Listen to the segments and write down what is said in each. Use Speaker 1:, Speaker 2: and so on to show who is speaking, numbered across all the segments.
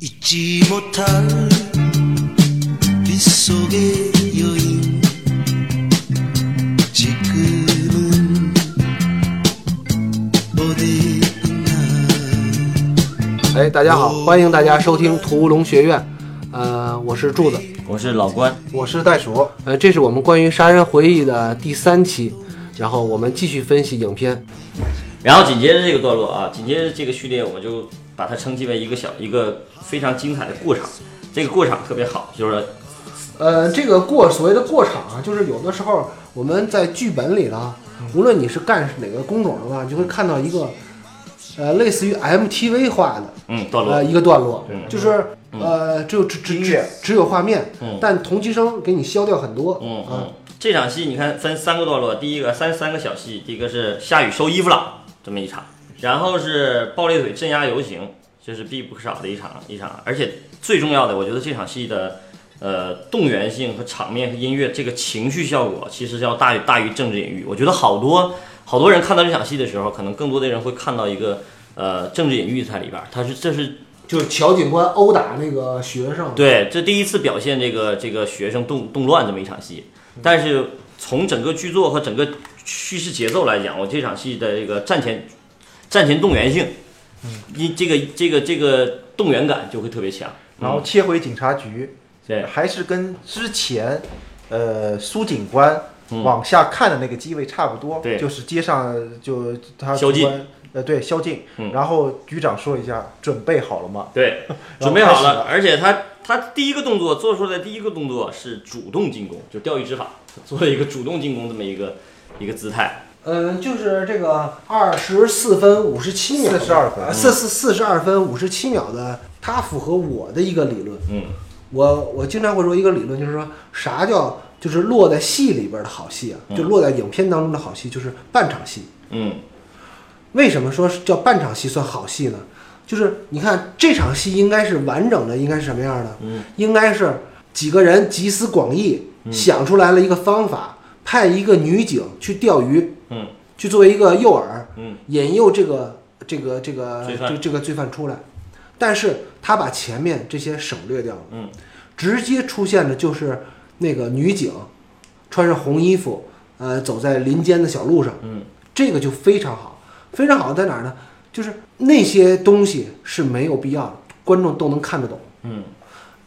Speaker 1: 잊지 못할 빗속의 여인 지금은 어디 있나
Speaker 2: 哎，大家好，欢迎大家收听屠龙学院，呃，我是柱子，
Speaker 3: 我是老关，
Speaker 4: 我是袋鼠，
Speaker 2: 呃，这是我们关于杀人回忆的第三期，然后我们继续分析影片，
Speaker 3: 然后紧接着这个段落啊，紧接着这个序列，我就把它称其为一个小一个非常精彩的过场。这个过场特别好，就是
Speaker 2: 呃，这个过所谓的过场啊，就是有的时候我们在剧本里啦，无论你是干哪个工种的话，你就会看到一个，呃，类似于 MTV 化的
Speaker 3: 嗯段
Speaker 2: 呃
Speaker 3: 落，
Speaker 2: 一个段落
Speaker 3: 嗯，
Speaker 2: 就是呃，只有只只
Speaker 4: 音
Speaker 2: 只
Speaker 4: 乐
Speaker 2: 只有画面
Speaker 3: 嗯，
Speaker 2: 但同期声给你消掉很多
Speaker 3: 嗯
Speaker 2: 啊
Speaker 3: 嗯，，这场戏你看分三个段落，第一个三三个小戏，第一个是下雨收衣服了这么一场，然后是暴力腿镇压游行，这是必不可少的一场一场，而且最重要的，我觉得这场戏的。呃，动员性和场面和音乐这个情绪效果，其实要大于大于政治隐喻。我觉得好多好多人看到这场戏的时候，可能更多的人会看到一个呃政治隐喻在里边儿，它是这是
Speaker 2: 就是乔警官殴打那个学生，
Speaker 3: 对，这第一次表现这个这个学生动动乱这么一场戏，但是从整个剧作和整个叙事节奏来讲，我这场戏的这个战前战前动员性，
Speaker 4: 嗯
Speaker 3: 你这个这个这个动员感就会特别强。
Speaker 4: 然后切回警察局，
Speaker 3: 对
Speaker 4: 还是跟之前，呃，苏警官
Speaker 3: 嗯
Speaker 4: 往下看的那个机位差不多，
Speaker 3: 对
Speaker 4: 就是街上就他
Speaker 3: 宵禁
Speaker 4: 主管，呃，对，宵禁，
Speaker 3: 嗯
Speaker 4: 然后局长说一下，准备好了吗？
Speaker 3: 对，
Speaker 4: 然后
Speaker 3: 准备好
Speaker 4: 开始
Speaker 3: 了，
Speaker 4: 了
Speaker 3: 而且他他第一个动作做出来，第一个动作是主动进攻，就钓鱼执法，做了一个主动进攻这么一个一个姿态。
Speaker 2: 嗯，就是这个二十四分五十七秒，
Speaker 4: 42分
Speaker 3: 嗯
Speaker 2: 呃四四四十二分五十七秒的，它符合我的一个理论。
Speaker 3: 嗯，
Speaker 2: 我我经常会说一个理论，就是说啥叫就是落在戏里边的好戏啊，就落在影片当中的好戏，就是半场戏。
Speaker 3: 嗯
Speaker 2: 为什么说是叫半场戏算好戏呢？就是你看这场戏应该是完整的，应该是什么样的？
Speaker 3: 嗯，
Speaker 2: 应该是几个人集思广益，想出来了一个方法，派一个女警去钓鱼，
Speaker 3: 嗯
Speaker 2: 去作为一个诱饵，
Speaker 3: 嗯，
Speaker 2: 引诱这个这个这个
Speaker 3: 罪犯
Speaker 2: 这个这个罪犯出来，但是他把前面这些省略掉了，
Speaker 3: 嗯，
Speaker 2: 直接出现的就是那个女警穿上红衣服，呃，走在林间的小路上，
Speaker 3: 嗯，
Speaker 2: 这个就非常好，非常好在哪儿呢？就是那些东西是没有必要的，观众都能看得懂，
Speaker 3: 嗯，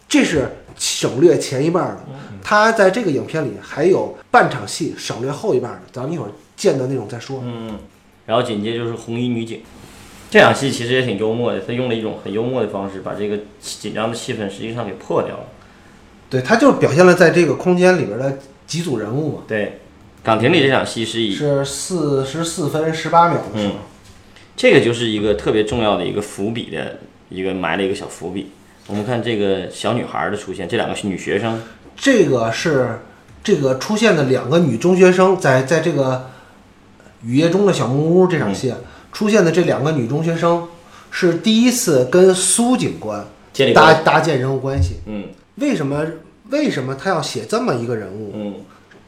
Speaker 2: 这是省略前一半的。他在这个影片里还有半场戏省略后一半的，咱们一会儿见到那种再说。
Speaker 3: 嗯，然后紧接就是红衣女警。这场戏其实也挺幽默的，他用了一种很幽默的方式，把这个紧张的气氛实际上给破掉了。
Speaker 2: 对，他就表现了在这个空间里边的几组人物嘛，
Speaker 3: 对，岗亭里这场戏是以
Speaker 2: 是四十四分十八秒
Speaker 3: 嗯
Speaker 2: 的时候，
Speaker 3: 这个就是一个特别重要的一个伏笔的一个埋了一个小伏笔。我们看这个小女孩的出现，这两个女学生，
Speaker 2: 这个是这个出现的两个女中学生在在这个雨夜中的小木屋这场戏、啊
Speaker 3: 嗯
Speaker 2: 出现的这两个女中学生是第一次跟苏警官
Speaker 3: 建立
Speaker 2: 搭
Speaker 3: 关
Speaker 2: 搭建人物关系。
Speaker 3: 嗯
Speaker 2: 为什么为什么他要写这么一个人物？
Speaker 3: 嗯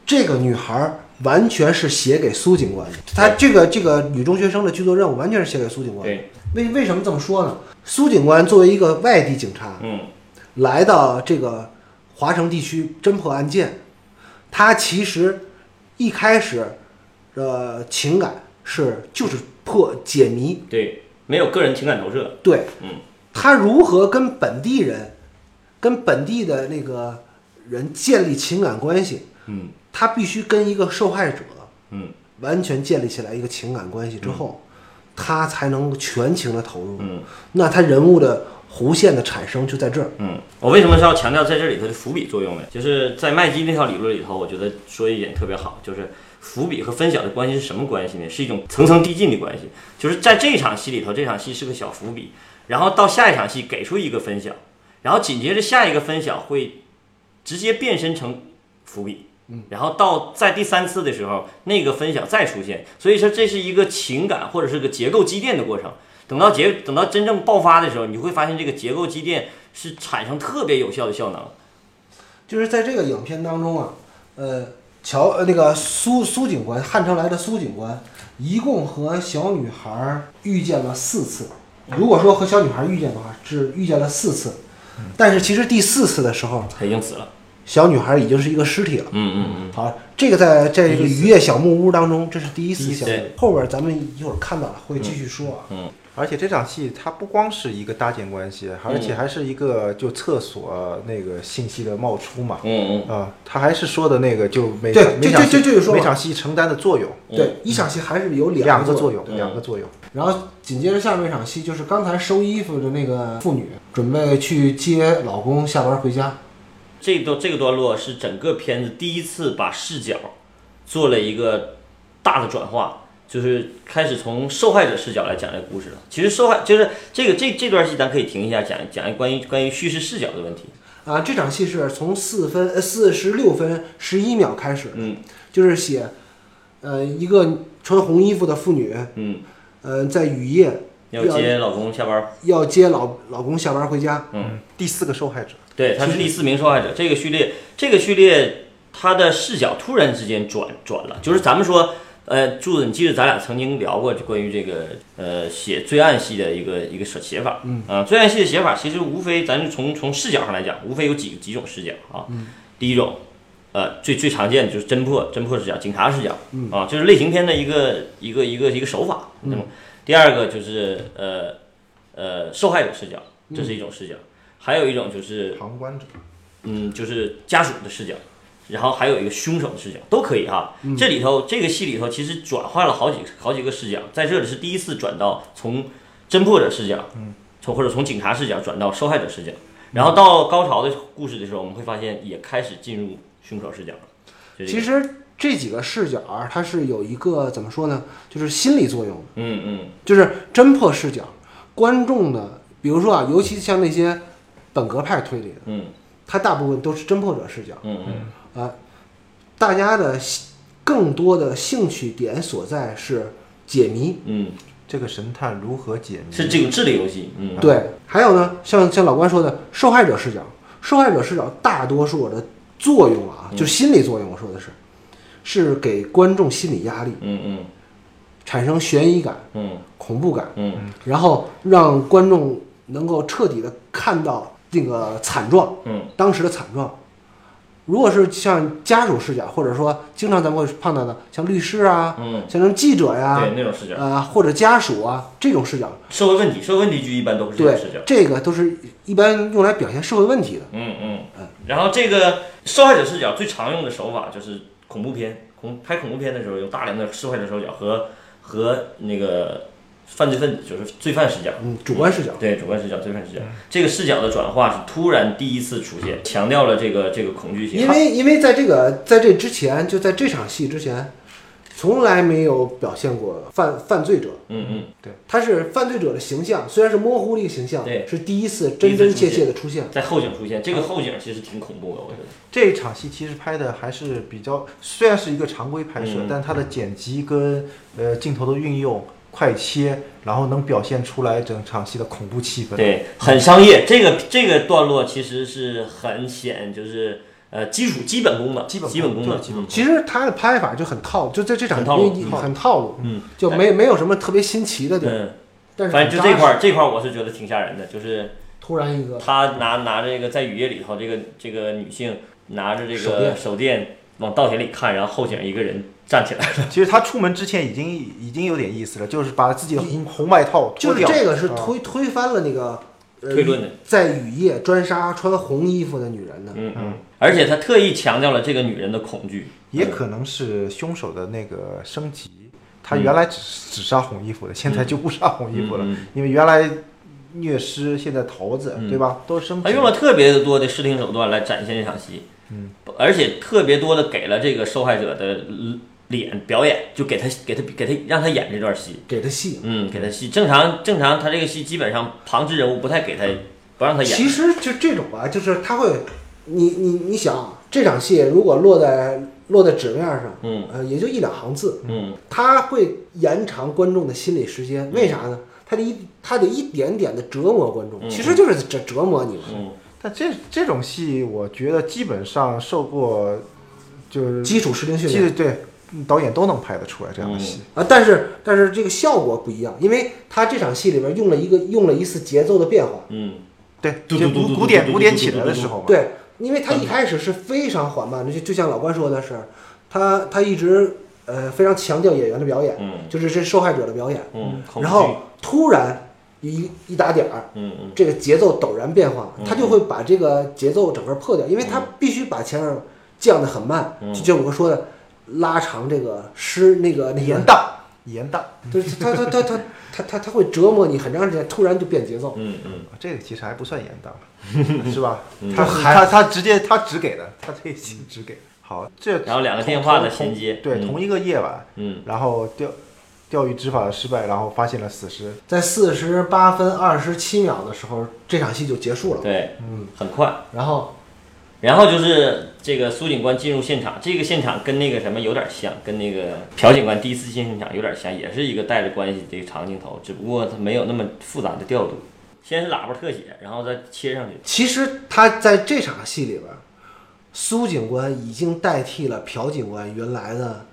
Speaker 2: 这个女孩儿完全是写给苏警官的，她这个这个女中学生的剧作任务完全是写给苏警官的
Speaker 3: 对。
Speaker 2: 为为什么这么说呢？苏警官作为一个外地警察，
Speaker 3: 嗯
Speaker 2: 来到这个华城地区侦破案件，他其实一开始，呃，情感是就是破解谜，
Speaker 3: 对，没有个人情感投射，
Speaker 2: 对
Speaker 3: 嗯
Speaker 2: 他如何跟本地人，跟本地的那个人建立情感关系，
Speaker 3: 嗯
Speaker 2: 他必须跟一个受害者，
Speaker 3: 嗯
Speaker 2: 完全建立起来一个情感关系之后，他才能全情的投入。
Speaker 3: 嗯
Speaker 2: 那他人物的弧线的产生就在这儿。
Speaker 3: 嗯，我为什么是要强调在这里头的伏笔作用呢？就是在麦基那套理论里头，我觉得说一点特别好，就是伏笔和分晓的关系是什么关系呢？是一种层层递进的关系。就是在这场戏里头，这场戏是个小伏笔，然后到下一场戏给出一个分晓，然后紧接着下一个分晓会直接变身成伏笔。然后到在第三次的时候，那个分晓再出现，所以说这是一个情感或者是个结构积淀的过程。等到结等到真正爆发的时候，你会发现这个结构积淀是产生特别有效的效能。
Speaker 2: 就是在这个影片当中啊，呃，乔呃那个苏苏警官，汉城来的苏警官，一共和小女孩儿遇见了四次。如果说和小女孩儿遇见的话，是遇见了四次，但是其实第四次的时候，
Speaker 3: 他已经死了。
Speaker 2: 小女孩儿已经是一个尸体了。
Speaker 3: 嗯嗯嗯。
Speaker 2: 好，这个在在这个愉悦小木屋当中，这是第一次
Speaker 3: 第一
Speaker 2: 小
Speaker 3: 次
Speaker 2: 木屋
Speaker 3: 对
Speaker 2: 后边咱们一会儿看到了会继续说啊。
Speaker 4: 而且这场戏它不光是一个搭建关系，而且还是一个就厕所那个信息的冒出嘛。
Speaker 3: 嗯
Speaker 4: 啊，他还是说的那个，就每
Speaker 2: 对
Speaker 4: 场每
Speaker 2: 就
Speaker 4: 场
Speaker 2: 就
Speaker 4: 戏
Speaker 2: 就就说嘛
Speaker 4: 每场戏承担的作用，
Speaker 2: 对，一场戏还是有
Speaker 4: 两
Speaker 2: 个
Speaker 4: 个作
Speaker 2: 用。
Speaker 4: 用，
Speaker 3: 对
Speaker 4: 两个作用。
Speaker 2: 然后紧接着下面一场戏就是刚才收衣服的那个妇女准备去接老公下班回家，
Speaker 3: 这段这个段落是整个片子第一次把视角做了一个大的转化，就是开始从受害者视角来讲这个故事了。其实受害就是这个这这段戏，咱可以停一下讲讲一关于关于叙事视角的问题。
Speaker 2: 啊，这场戏是从四分呃四十六分十一秒开始，
Speaker 3: 嗯，
Speaker 2: 就是写，呃，一个穿红衣服的妇女，
Speaker 3: 嗯，
Speaker 2: 呃，在雨夜
Speaker 3: 要接老公下班，
Speaker 2: 要接老老公下班回家，
Speaker 3: 嗯
Speaker 4: 第四个受害者，
Speaker 3: 对，他是第四名受害者。这个序列，这个序列，他的视角突然之间转转了，就是咱们说。呃，柱子，你记得咱俩曾经聊过关于这个呃写罪案戏的一个一个写写法，嗯啊，罪案戏的写法其实无非咱是从从视角上来讲，无非有几几种视角啊。第一种，呃，最最常见的就是侦破侦破视角、警察视角，啊，这是类型片的一个一个一个一个手法。那么第二个就是呃呃受害者视角，这是一种视角，还有一种就是
Speaker 4: 旁观者，
Speaker 3: 嗯，就是家属的视角，然后还有一个凶手的视角，都可以哈。这里头这个戏里头其实转换了好几好几个视角，在这里是第一次转到从侦破者视角，从或者从警察视角转到受害者视角，然后到高潮的故事的时候，我们会发现也开始进入凶手视角了。就这个
Speaker 2: 其，实这几个视角啊它是有一个怎么说呢，就是心理作用的，
Speaker 3: 嗯嗯，
Speaker 2: 就是侦破视角，观众的，比如说啊，尤其像那些本格派推理的，
Speaker 3: 嗯，
Speaker 2: 它大部分都是侦破者视角，
Speaker 3: 嗯嗯，
Speaker 2: 大家的兴更多的兴趣点所在是解谜，
Speaker 3: 嗯，
Speaker 4: 这个神探如何解谜？
Speaker 3: 是这种智力游戏，嗯，
Speaker 2: 对，还有呢，像像老关说的受害者视角，受害者视角大多数的作用啊，
Speaker 3: 嗯
Speaker 2: 就心理作用，我说的是，是给观众心理压力，
Speaker 3: 嗯嗯
Speaker 2: 产生悬疑感、
Speaker 3: 嗯
Speaker 2: 恐怖感，
Speaker 3: 嗯
Speaker 2: 然后让观众能够彻底的看到那个惨状，
Speaker 3: 嗯
Speaker 2: 当时的惨状。如果是像家属视角，或者说经常咱们会碰到的，像律师啊，
Speaker 3: 嗯，
Speaker 2: 像什么记者呀、
Speaker 3: 对那种视角，
Speaker 2: 啊，或者家属啊这种视角，
Speaker 3: 社会问题，社会问题剧一般都是这种
Speaker 2: 对
Speaker 3: 视角，。
Speaker 2: 这个都是一般用来表现社会问题的。
Speaker 3: 嗯嗯，然后这个受害者视角最常用的手法就是恐怖片，恐拍恐怖片的时候有大量的受害者视角和和那个犯罪分子就是罪犯视角，
Speaker 2: 嗯，主观视角，
Speaker 3: 对主观视角、罪犯视角，
Speaker 4: 嗯
Speaker 3: 这个视角的转化是突然第一次出现，强调了这个这个恐惧性。
Speaker 2: 因为因为在这个在这之前，就在这场戏之前，从来没有表现过犯犯罪者，
Speaker 3: 嗯嗯，
Speaker 2: 他是犯罪者的形象，虽然是模糊的一个形象，
Speaker 3: 对
Speaker 2: 是第一次真
Speaker 3: 第一次
Speaker 2: 真
Speaker 3: 出
Speaker 2: 切
Speaker 3: 现
Speaker 2: 切的出现。
Speaker 3: 在后景出现，这个后景其实挺恐怖的，我觉得。
Speaker 4: 这一场戏其实拍的还是比较，虽然是一个常规拍摄，
Speaker 3: 嗯
Speaker 4: 但它的剪辑跟呃镜头的运用、快切，然后能表现出来整场戏的恐怖气氛。
Speaker 3: 对，很商业。这个这个段落其实是很显就是呃基础基本功的，
Speaker 4: 基本功
Speaker 3: 本功的，
Speaker 4: 就是基本
Speaker 3: 嗯
Speaker 2: 其实他的拍法就很套，就在这场
Speaker 3: 很套路
Speaker 2: 戏
Speaker 3: 嗯
Speaker 2: 很套路，
Speaker 4: 嗯，
Speaker 2: 就没没有什么特别新奇的地方，
Speaker 3: 嗯。
Speaker 2: 但是
Speaker 3: 反正就
Speaker 2: 很
Speaker 3: 这
Speaker 2: 扎
Speaker 3: 块
Speaker 2: 实
Speaker 3: 儿，这块儿我是觉得挺吓人的，就是
Speaker 2: 突然一个
Speaker 3: 他拿拿这个在雨夜里头，这个这个女性拿着这
Speaker 2: 手
Speaker 3: 个
Speaker 2: 电
Speaker 3: 手电往稻田里看，然后后景一个人站起来，
Speaker 4: 其实他出门之前已经已经有点意思了，就是把自己的红红外套
Speaker 2: 就
Speaker 4: 脱
Speaker 2: 是
Speaker 4: 掉。
Speaker 2: 这个是
Speaker 3: 嗯
Speaker 4: 啊
Speaker 2: 推推翻了那个呃
Speaker 3: 推论的
Speaker 2: 在雨夜专杀穿红衣服的女人的，
Speaker 3: 嗯嗯，而且他特意强调了这个女人的恐惧，
Speaker 4: 也可能是凶手的那个升级，他原来只只杀红衣服的，现在就不杀红衣服了
Speaker 3: 嗯嗯嗯，
Speaker 4: 因为原来虐尸，现在桃子，
Speaker 3: 嗯
Speaker 4: 对吧？都是升级。
Speaker 3: 他用了特别多的视听手段来展现这场戏，嗯，而且特别多的给了这个受害者的脸表演，就给他给他给他让他演这段戏，
Speaker 2: 给他戏。
Speaker 3: 嗯，给他戏，正常正常，他这个戏基本上旁支人物不太给他不让他演，
Speaker 2: 嗯其实就这种啊，就是他会，你你你想啊，这场戏如果落在落在纸面上，
Speaker 3: 嗯
Speaker 2: 呃，也就一两行字，
Speaker 3: 嗯嗯
Speaker 2: 他会延长观众的心理时间。为啥呢？他第一他得一点点的折磨观众，其实就是折折磨你
Speaker 3: 嗯
Speaker 2: 们。
Speaker 4: 但这这种戏，我觉得基本上受过就是
Speaker 2: 基础视听训
Speaker 4: 基
Speaker 2: 练
Speaker 4: 对导演都能拍得出来
Speaker 3: 嗯
Speaker 4: 这样的戏。
Speaker 2: 啊，但是但是这个效果不一样，因为他这场戏里边用了一个用了一次节奏的变化，
Speaker 3: 嗯，
Speaker 4: 对，
Speaker 3: 嘟
Speaker 4: 就
Speaker 3: 嘟嘟嘟
Speaker 4: 古古
Speaker 3: 嘟嘟
Speaker 4: 典
Speaker 3: 嘟
Speaker 4: 古典
Speaker 3: 嘟
Speaker 4: 起
Speaker 3: 嘟
Speaker 4: 来
Speaker 3: 嘟
Speaker 4: 的
Speaker 3: 嘟
Speaker 4: 时候嘛，
Speaker 2: 对，因为他一开始是非常缓慢的，就就像老关说的是，他他一直呃非常强调演员的表演，
Speaker 3: 嗯
Speaker 2: 就是这受害者的表演，
Speaker 3: 嗯恐
Speaker 2: 然
Speaker 3: 惧
Speaker 2: 后突然一一打点儿，
Speaker 3: 嗯嗯
Speaker 2: 这个节奏陡然变化，他就会把这个节奏整个破掉，因为
Speaker 3: 嗯
Speaker 2: 他必须把前面降得很慢，就就我说的拉长这个诗那个那个
Speaker 4: 延宕延宕，
Speaker 3: 嗯
Speaker 2: 就是他他他他他他他会折磨你很长时间，突然就变节奏。
Speaker 3: 嗯嗯，
Speaker 4: 这个其实还不算严 当，是吧？
Speaker 2: 就
Speaker 4: 他是
Speaker 2: 还
Speaker 4: 他他直接他只给的，他这一期只给。好，这
Speaker 3: 然后两个
Speaker 4: 同
Speaker 3: 电话的
Speaker 4: 同
Speaker 3: 衔接
Speaker 4: 对，
Speaker 3: 嗯
Speaker 4: 同一个夜晚，
Speaker 3: 嗯，
Speaker 4: 然后钓钓鱼执法失败，然后发现了死尸，
Speaker 2: 在四十八分二十七秒的时候，这场戏就结束了。
Speaker 3: 对，嗯，很快。
Speaker 2: 然后
Speaker 3: 然后就是这个苏警官进入现场，这个现场跟那个什么有点像，跟那个朴警官第一次进现场有点像，也是一个带着关系的一个长镜头，只不过它没有那么复杂的调度。先是喇叭特写，然后再切上去。
Speaker 2: 其实他在这场戏里边，苏警官已经代替了朴警官原来的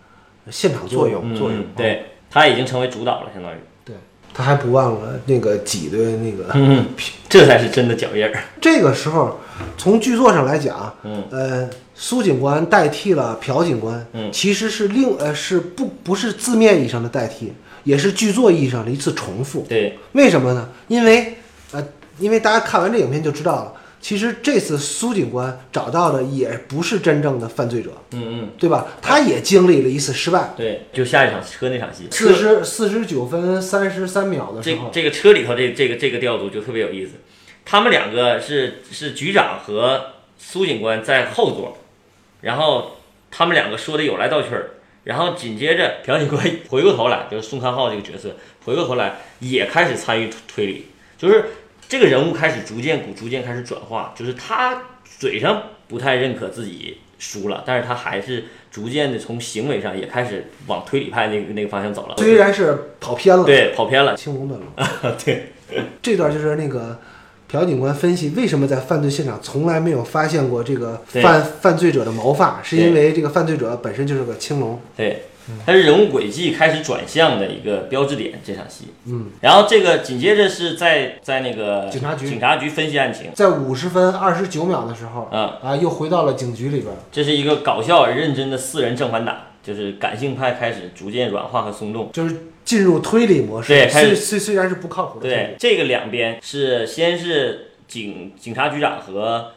Speaker 2: 现场
Speaker 4: 作
Speaker 2: 作
Speaker 4: 用作用
Speaker 3: 嗯，对，他已经成为主导了，相当于，
Speaker 2: 对，他还不忘了那个挤兑那个。
Speaker 3: 嗯， 这才是真的脚印儿。
Speaker 2: 这个时候，从剧作上来讲，
Speaker 3: 嗯，
Speaker 2: 呃，苏警官代替了朴警官，
Speaker 3: 嗯
Speaker 2: 其实是另呃是不不是字面意义上的代替，也是剧作意义上的一次重复。
Speaker 3: 对，
Speaker 2: 为什么呢？因为呃，因为大家看完这影片就知道了，其实这次苏警官找到的也不是真正的犯罪者，
Speaker 3: 嗯嗯，
Speaker 2: 对吧？他也经历了一次失败。
Speaker 3: 对，就下一场车那场戏，
Speaker 2: 四十四十九分三十三秒的时
Speaker 3: 这
Speaker 2: 候，
Speaker 3: 这个车里头这这个这个调度就特别有意思，他们两个是是局长和苏警官在后座，然后他们两个说的有来道去儿，然后紧接着朴警官回过头来，就是宋康昊这个角色回过头来也开始参与推理，就是这个人物开始逐渐逐渐开始转化，就是他嘴上不太认可自己输了，但是他还是逐渐的从行为上也开始往推理派那个那个方向走了，
Speaker 2: 虽然是跑偏了，
Speaker 3: 对跑偏了，
Speaker 2: 青龙本龙。
Speaker 3: 对。
Speaker 2: 这段就是那个朴警官分析为什么在犯罪现场从来没有发现过这个
Speaker 3: 对
Speaker 2: 犯犯罪者的毛发，是
Speaker 3: 对
Speaker 2: 因为这个犯罪者本身就是个青龙。
Speaker 3: 对，
Speaker 2: 嗯
Speaker 3: 它是人物轨迹开始转向的一个标志点，这场戏。嗯，然后这个紧接着是在在那个
Speaker 2: 警察局
Speaker 3: 警察局分析案情，
Speaker 2: 在五十分二十九秒的时候，
Speaker 3: 啊
Speaker 2: 啊，又回到了警局里边。
Speaker 3: 这是一个搞笑而认真的四人正反打，就是感性派开始逐渐软化和松动。
Speaker 2: 就是进入推理模式，
Speaker 3: 对开
Speaker 2: 虽
Speaker 3: 始
Speaker 2: 虽虽然是不靠谱的推
Speaker 3: 对
Speaker 2: 理，，
Speaker 3: 这个两边是先是警警察局长和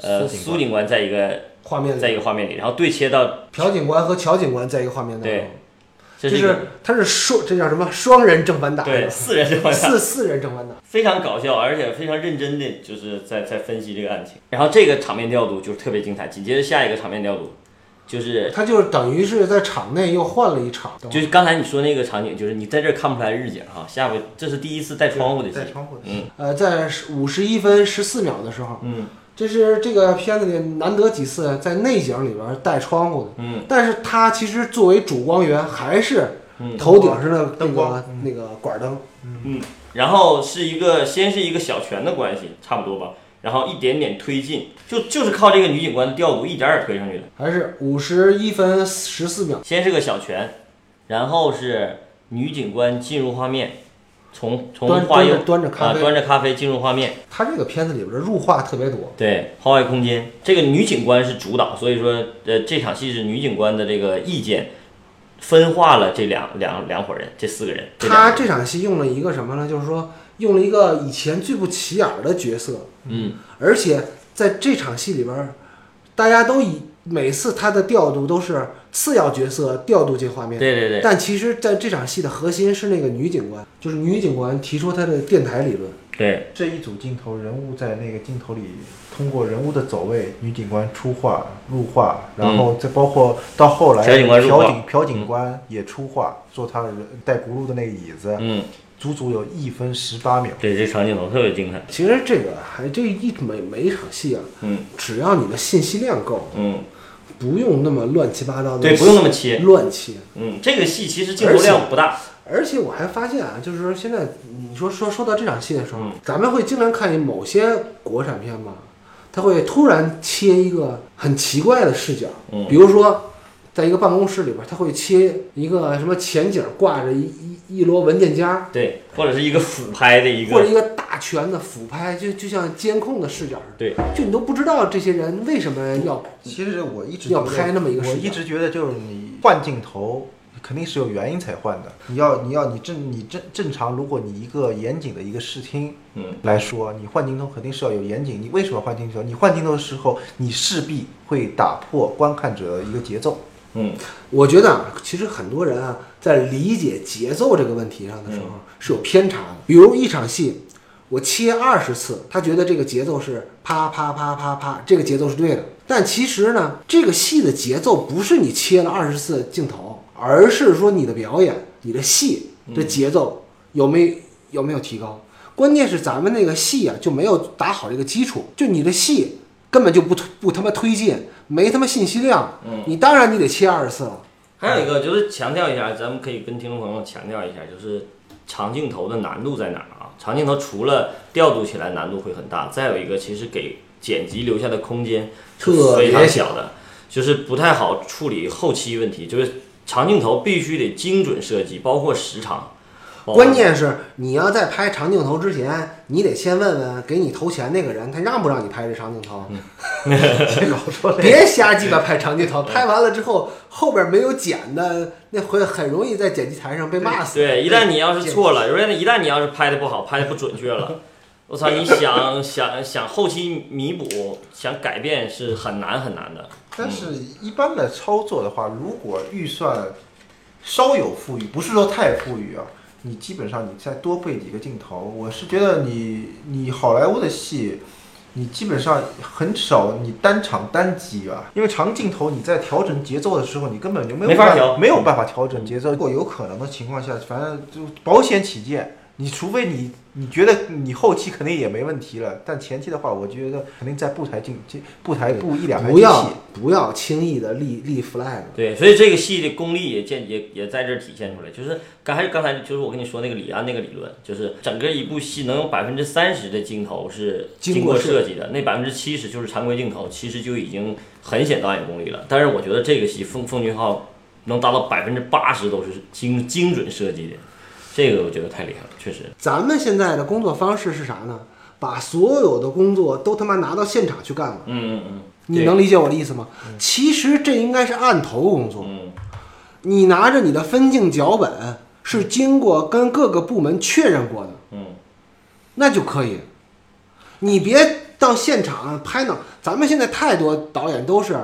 Speaker 3: 呃
Speaker 4: 苏警
Speaker 3: 苏警官在一个
Speaker 2: 画面
Speaker 3: 在一
Speaker 2: 里，
Speaker 3: 个画面里，然后对切到
Speaker 2: 朴警官和乔警官在一个画面当中
Speaker 3: 对，，这
Speaker 2: 就是
Speaker 3: 一个
Speaker 2: 是他是双这叫什么双人正反打，
Speaker 3: 对四人正反打。
Speaker 2: 四四人正反打，
Speaker 3: 非常搞笑，而且非常认真的，就是在在分析这个案情。然后这个场面调度就是特别精彩，紧接着下一个场面调度就是
Speaker 2: 他就等于是在场内又换了一场，
Speaker 3: 就是刚才你说那个场景，就是你在这儿看不出来日景哈，下回这是第一次带窗户的戏
Speaker 4: 在，窗户的
Speaker 3: 嗯
Speaker 2: 呃，在五十一分十四秒的时候，
Speaker 3: 嗯，
Speaker 2: 这是这个片子里难得几次在内景里边带窗户的，
Speaker 3: 嗯，
Speaker 2: 但是它其实作为主光源还是
Speaker 3: 嗯
Speaker 2: 头顶上的那
Speaker 4: 灯
Speaker 2: 个
Speaker 4: 光
Speaker 2: 那个管灯，
Speaker 3: 然后是一个先是一个小拳的关系，差不多吧，然后一点点推进，就就是靠这个女警官的调度一点点推上去的，
Speaker 2: 还是五十一分十四秒，
Speaker 3: 先是个小拳，然后是女警官进入画面，从从
Speaker 2: 端
Speaker 3: 画
Speaker 2: 端着
Speaker 3: 右
Speaker 2: 端着咖
Speaker 3: 啊
Speaker 2: 啡，
Speaker 3: 端着咖啡进入画面。
Speaker 2: 它这个片子里边的入画特别多，
Speaker 3: 对，画外空间，这个女警官是主导，所以说，呃，这场戏是女警官的这个意见分化了这两两两伙人，这四个人。这两
Speaker 2: 他
Speaker 3: 个人
Speaker 2: 这场戏用了一个什么呢？就是说用了一个以前最不起眼儿的角色，
Speaker 3: 嗯，
Speaker 2: 而且在这场戏里边儿，大家都以每次他的调度都是次要角色调度进画面。
Speaker 3: 对对对，
Speaker 2: 但其实，在这场戏的核心是那个女警官，就是女警官提出她的电台理论，
Speaker 3: 对
Speaker 4: 这一组镜头，人物在那个镜头里通过人物的走位，女警官出画、入画，然后再包括到后来
Speaker 3: 朴嗯警官入画嗯
Speaker 4: 朴警朴警官也出画，坐他人带轱辘的那个椅子，
Speaker 3: 嗯，
Speaker 4: 足足有一分十八秒。
Speaker 3: 对，这场景头特别精彩。
Speaker 2: 其实这个还这一每每一场戏啊，
Speaker 3: 嗯
Speaker 2: 只要你的信息量够，
Speaker 3: 嗯，
Speaker 2: 不用那么乱七八糟的，
Speaker 3: 对，不用那么切。
Speaker 2: 乱切。
Speaker 3: 嗯，这个戏其实镜头量不大，
Speaker 2: 而且我还发现啊，就是说现在你说说说到这场戏的时候，
Speaker 3: 嗯
Speaker 2: 咱们会经常看见某些国产片嘛，它会突然切一个很奇怪的视角，
Speaker 3: 嗯
Speaker 2: 比如说在一个办公室里边，它会切一个什么前景挂着一一一摞文件夹，
Speaker 3: 对，或者是一个俯拍的一
Speaker 2: 或者
Speaker 3: 个，
Speaker 2: 一个大全的俯拍，就就像监控的视角似
Speaker 3: 对，
Speaker 2: 的，就你都不知道这些人为什么要
Speaker 4: 其实我一直
Speaker 2: 要
Speaker 4: 觉得
Speaker 2: 拍那么一个
Speaker 4: 我
Speaker 2: 视角
Speaker 4: 一直觉得就是你换镜头。肯定是有原因才换的。你要你要你正你正正常，如果你一个严谨的一个视听
Speaker 3: 嗯
Speaker 4: 来说，你换镜头肯定是要有严谨。你为什么换镜头？你换镜头的时候，你势必会打破观看者的一个节奏。
Speaker 3: 嗯，
Speaker 2: 我觉得啊，其实很多人啊，在理解节奏这个问题上的时候是有偏差的。比如一场戏，我切二十次，他觉得这个节奏是啪啪啪啪啪，这个节奏是对的。但其实呢，这个戏的节奏不是你切了二十次镜头，而是说你的表演、你的戏的节奏有没有没有提高。关键是咱们那个戏啊，就没有打好这个基础，就你的戏根本就不推不他妈推进，没他妈信息量，你当然你得切二十次了。
Speaker 3: 还有一个就是强调一下，咱们可以跟听众朋友强调一下，就是长镜头的难度在哪儿啊？长镜头除了调度起来难度会很大，再有一个其实给剪辑留下的空间是
Speaker 2: 特别
Speaker 3: 非常小的，就是不太好处理后期问题。就是长镜头必须得精准设计，包括时长。包括
Speaker 2: 关键是你要在拍长镜头之前，你得先问问给你投钱那个人，他让不让你拍这长镜头？
Speaker 4: 老说这
Speaker 2: 嗯别瞎鸡巴拍长镜头， 拍完了之后后边没有剪的，那会很容易在剪辑台上被骂死。
Speaker 3: 对，一旦你要是错了，因为一旦你要是拍的不好，拍的不准 确了，我操，你想想想后期弥补、想改变是很难很难的。
Speaker 4: 但是一般的操作的话，如果预算稍有富裕，不是说太富裕啊，你基本上你再多备几个镜头，我是觉得你你好莱坞的戏，你基本上很少你单场单击吧，因为长镜头你在调整节奏的时候，你根本就没有
Speaker 3: 没法
Speaker 4: 办
Speaker 3: 调
Speaker 4: 没有办法调整节奏。如果有可能的情况下，反正就保险起见。你除非你你觉得你后期肯定也没问题了，但前期的话，我觉得肯定在布台镜布台布一两台
Speaker 2: 不
Speaker 4: 机器
Speaker 2: 要不要轻易的立立 flag。
Speaker 3: 对，所以这个戏的功力也见也也在这儿体现出来，就是刚才刚才就是我跟你说那个李安那个理论，就是整个一部戏能有百分之三十的镜头是
Speaker 2: 经
Speaker 3: 经过
Speaker 2: 过设
Speaker 3: 设计的，那百分之七十就是常规镜头，其实就已经很显导演功力了。但是我觉得这个戏《奉奉俊昊》能达到百分之八十都是精精准设计的，这个我觉得太厉害了，确实。
Speaker 2: 咱们现在的工作方式是啥呢？把所有的工作都他妈拿到现场去干了。
Speaker 3: 嗯嗯嗯，
Speaker 2: 你
Speaker 3: 对
Speaker 2: 能理解我的意思吗？其实这应该是案头工作。
Speaker 3: 嗯
Speaker 2: 你拿着你的分镜脚本是经过跟各个部门确认过的，
Speaker 3: 嗯，
Speaker 2: 那就可以。你别到现场拍脑，咱们现在太多导演都是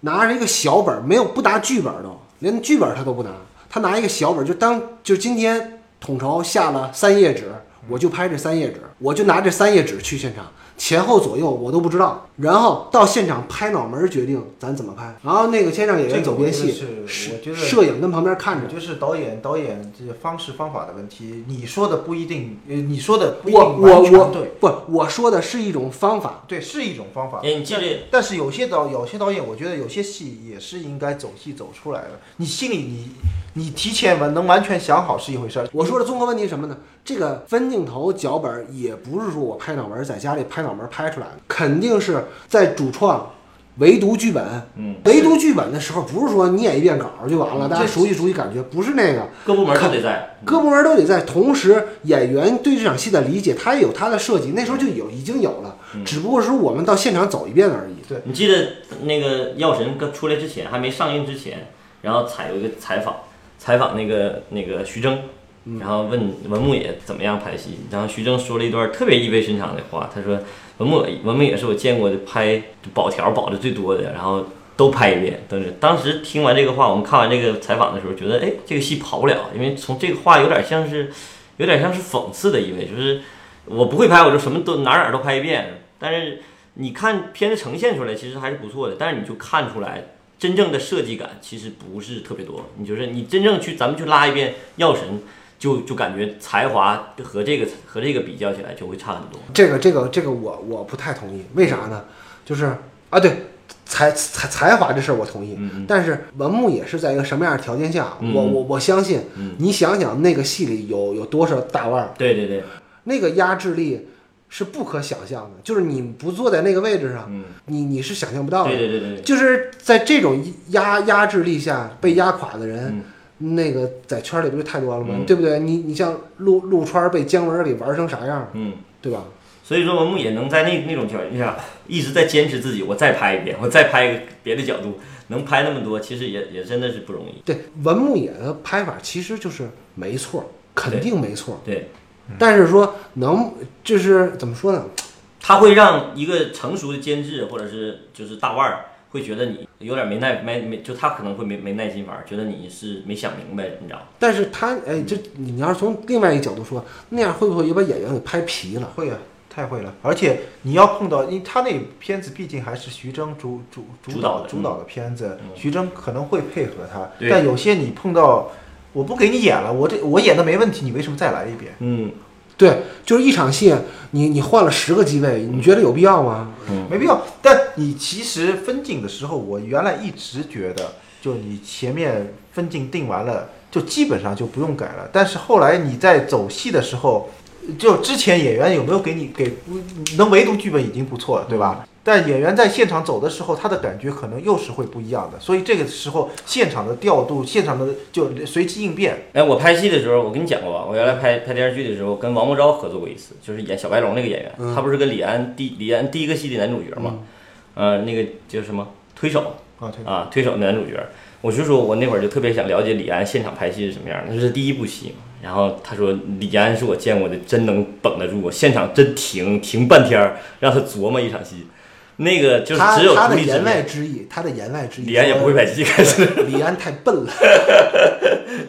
Speaker 2: 拿着一个小本儿，没有不拿剧本儿都，连剧本儿他都不拿，他拿一个小本儿，就当就今天统筹下了三页纸，我就拍这三页纸，我就拿这三页纸去现场，前后左右我都不知道，然后到现场拍脑门儿决定咱怎么拍，然后那个先让演
Speaker 4: 这
Speaker 2: 员
Speaker 4: 个
Speaker 2: 走边
Speaker 4: 我觉得
Speaker 2: 戏
Speaker 4: 是，
Speaker 2: 摄
Speaker 4: 我觉得
Speaker 2: 摄影跟旁边看着
Speaker 4: 我。就是导演导演这个方式方法的问题，你说的不一定，呃，你说的不一
Speaker 2: 我
Speaker 4: 定
Speaker 2: 我
Speaker 4: 完全
Speaker 2: 我
Speaker 4: 对，
Speaker 2: 不，我说的是一种方法，
Speaker 4: 对是一种方法。
Speaker 3: 哎，你记得
Speaker 4: 但是有些导有些导演，我觉得有些戏也是应该走戏走出来的。你心里你你提前完能完全想好是一回事儿。
Speaker 2: 我说的综合问题是什么呢？这个分镜头脚本也不是说我拍脑门儿在家里拍脑门儿拍出来的，肯定是在主创唯独剧本。
Speaker 3: 嗯，
Speaker 2: 唯独剧本的时候，不是说你演一遍稿儿就完了，大家
Speaker 4: 这
Speaker 2: 熟悉熟悉感觉，不是那个。
Speaker 3: 各部门都得在，
Speaker 2: 各部门都得在，同时演员对这场戏的理解，他也有他的设计，那时候就有已经有了，只不过是我们到现场走一遍而已。
Speaker 3: 你记得那个《药神》刚出来之前，还没上映之前，然后采有一个采访，采访那个那个徐峥，然后问文牧野怎么样拍戏，然后徐峥说了一段特别意味深长的话，他说文牧野文牧野是我见过的拍保条保的最多的，然后都拍一遍。但是当时听完这个话，我们看完这个采访的时候，觉得哎，这个戏跑不了，因为从这个话有点像是，有点像是讽刺的意味，就是我不会拍，我就什么都哪儿哪儿都拍一遍。但是你看片子呈现出来，其实还是不错的，但是你就看出来。真正的设计感其实不是特别多，你就是你真正去咱们去拉一遍《药神》就，就感觉才华和这个和这个比较起来就会差很多。
Speaker 2: 这个这个这个我我不太同意，为啥呢？就是啊，对，才才才华这事儿我同意，
Speaker 3: 嗯嗯
Speaker 2: 但是文牧也是在一个什么样的条件下，
Speaker 3: 嗯
Speaker 2: 我我我相信，
Speaker 3: 嗯
Speaker 2: 你想想那个戏里有有多少大腕儿，
Speaker 3: 对对对，
Speaker 2: 那个压制力是不可想象的，就是你不坐在那个位置上，
Speaker 3: 嗯，
Speaker 2: 你你是想象不到的。
Speaker 3: 对对对对对，
Speaker 2: 就是在这种压压制力下被压垮的人，那个在圈里不就太多了吗？
Speaker 3: 嗯
Speaker 2: 对不对？你你像陆陆川被姜文给玩成啥样，
Speaker 3: 嗯，
Speaker 2: 对吧？
Speaker 3: 所以说文牧也能在那那种条件下一直在坚持自己，我再拍一遍，我再拍一个别的角度，能拍那么多，其实也也真的是不容易。
Speaker 2: 对，文牧野的拍法其实就是没错，肯定没错。
Speaker 3: 对，
Speaker 2: 但是说能就是怎么说呢？
Speaker 3: 他会让一个成熟的监制或者是就是大腕儿会觉得你有点没耐没没，就他可能会没没耐心玩儿，觉得你是没想明白，你知道吗？
Speaker 2: 但是他哎，这你要是从另外一个角度说，那样会不会也把演员给拍皮了？
Speaker 4: 会啊，太会了！而且你要碰到，因为他那片子毕竟还是徐峥主主
Speaker 3: 主
Speaker 4: 主
Speaker 3: 导
Speaker 4: 导
Speaker 3: 的
Speaker 4: 主导的片子，
Speaker 3: 嗯
Speaker 4: 徐峥可能会配合他，
Speaker 3: 对
Speaker 4: 但有些你碰到，我不给你演了，我这我演的没问题，你为什么再来一遍？
Speaker 3: 嗯，
Speaker 2: 对，就是一场戏，你你换了十个机位，你觉得有必要吗？
Speaker 4: 没必要。但你其实分镜的时候，我原来一直觉得，就你前面分镜定完了，就基本上就不用改了。但是后来你在走戏的时候，就之前演员有没有给你给能围读剧本已经不错了，对吧？但演员在现场走的时候，他的感觉可能又是会不一样的，所以这个时候现场的调度、现场的就随机应变，
Speaker 3: 哎，我拍戏的时候，我跟你讲过吧，我原来拍拍电视剧的时候，跟王伯昭合作过一次，就是演小白龙那个演员，
Speaker 2: 嗯
Speaker 3: 他不是跟李安第李安第一个戏的男主角嘛，
Speaker 2: 嗯
Speaker 3: 呃，那个叫什么推手
Speaker 4: 啊，对，
Speaker 3: 啊，推手的男主角，我就说我那会儿就特别想了解李安现场拍戏是什么样的，那是第一部戏嘛。然后他说李安是我见过的真能绷得住，我现场真停停半天儿，让他琢磨一场戏，那个就是
Speaker 2: 他
Speaker 3: 只有
Speaker 2: 他
Speaker 3: 独
Speaker 2: 的
Speaker 3: 立之
Speaker 2: 言外
Speaker 3: 面。
Speaker 2: 之意，他的言外之意，
Speaker 3: 李安也不会拍戏， 开始
Speaker 2: 李安太笨 了，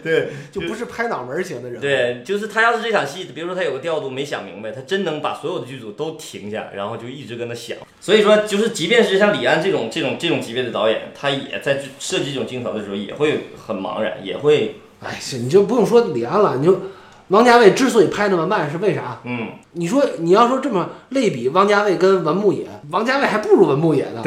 Speaker 3: 对。
Speaker 2: 就不是拍脑门儿型的人。，
Speaker 3: 对，就是他要是这场戏，比如说他有个调度没想明白，他真能把所有的剧组都停下，然后就一直跟他想。所以说，就是即便是像李安这种这种这种级别的导演，他也在设计这种镜头的时候也会很茫然，也会
Speaker 2: 哎，是你就不用说李安了，你就王家卫之所以拍那么慢是为啥？
Speaker 3: 嗯，
Speaker 2: 你说你要说这么类比王家卫跟文牧野，王家卫还不如文牧野呢。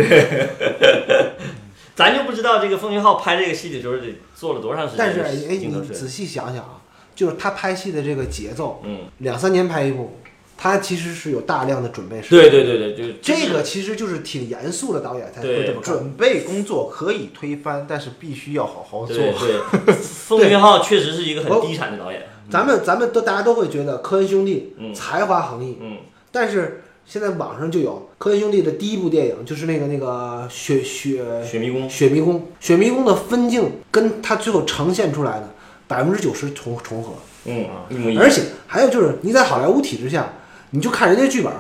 Speaker 3: 咱就不知道这个奉俊昊拍这个戏的时候得做了多长时间
Speaker 2: 但是
Speaker 3: 的
Speaker 2: 哎，
Speaker 3: 镜头
Speaker 2: 你
Speaker 3: 设
Speaker 2: 仔
Speaker 3: 计。
Speaker 2: 细想想啊，就是他拍戏的这个节奏，
Speaker 3: 嗯，
Speaker 2: 两三年拍一部，他其实是有大量的准备时间。
Speaker 3: 对对对对，就
Speaker 2: 这个其实就是挺严肃的导演才
Speaker 3: 对
Speaker 2: 会这么干。
Speaker 4: 准备工作可以推翻，但是必须要好好做。
Speaker 3: 对对，奉俊昊确实是一个很低产的导演。
Speaker 2: 咱们咱们都大家都会觉得科恩兄弟
Speaker 3: 嗯
Speaker 2: 才华横溢，
Speaker 3: 嗯
Speaker 2: 但是现在网上就有科恩兄弟的第一部电影，就是那个那个雪雪
Speaker 3: 雪迷宫
Speaker 2: 雪迷宫，雪迷宫的分镜跟他最后呈现出来的百分之九十重重合，
Speaker 3: 嗯，一模一样
Speaker 2: 而。且还有就是你在好莱坞体制下，你就看人家剧本，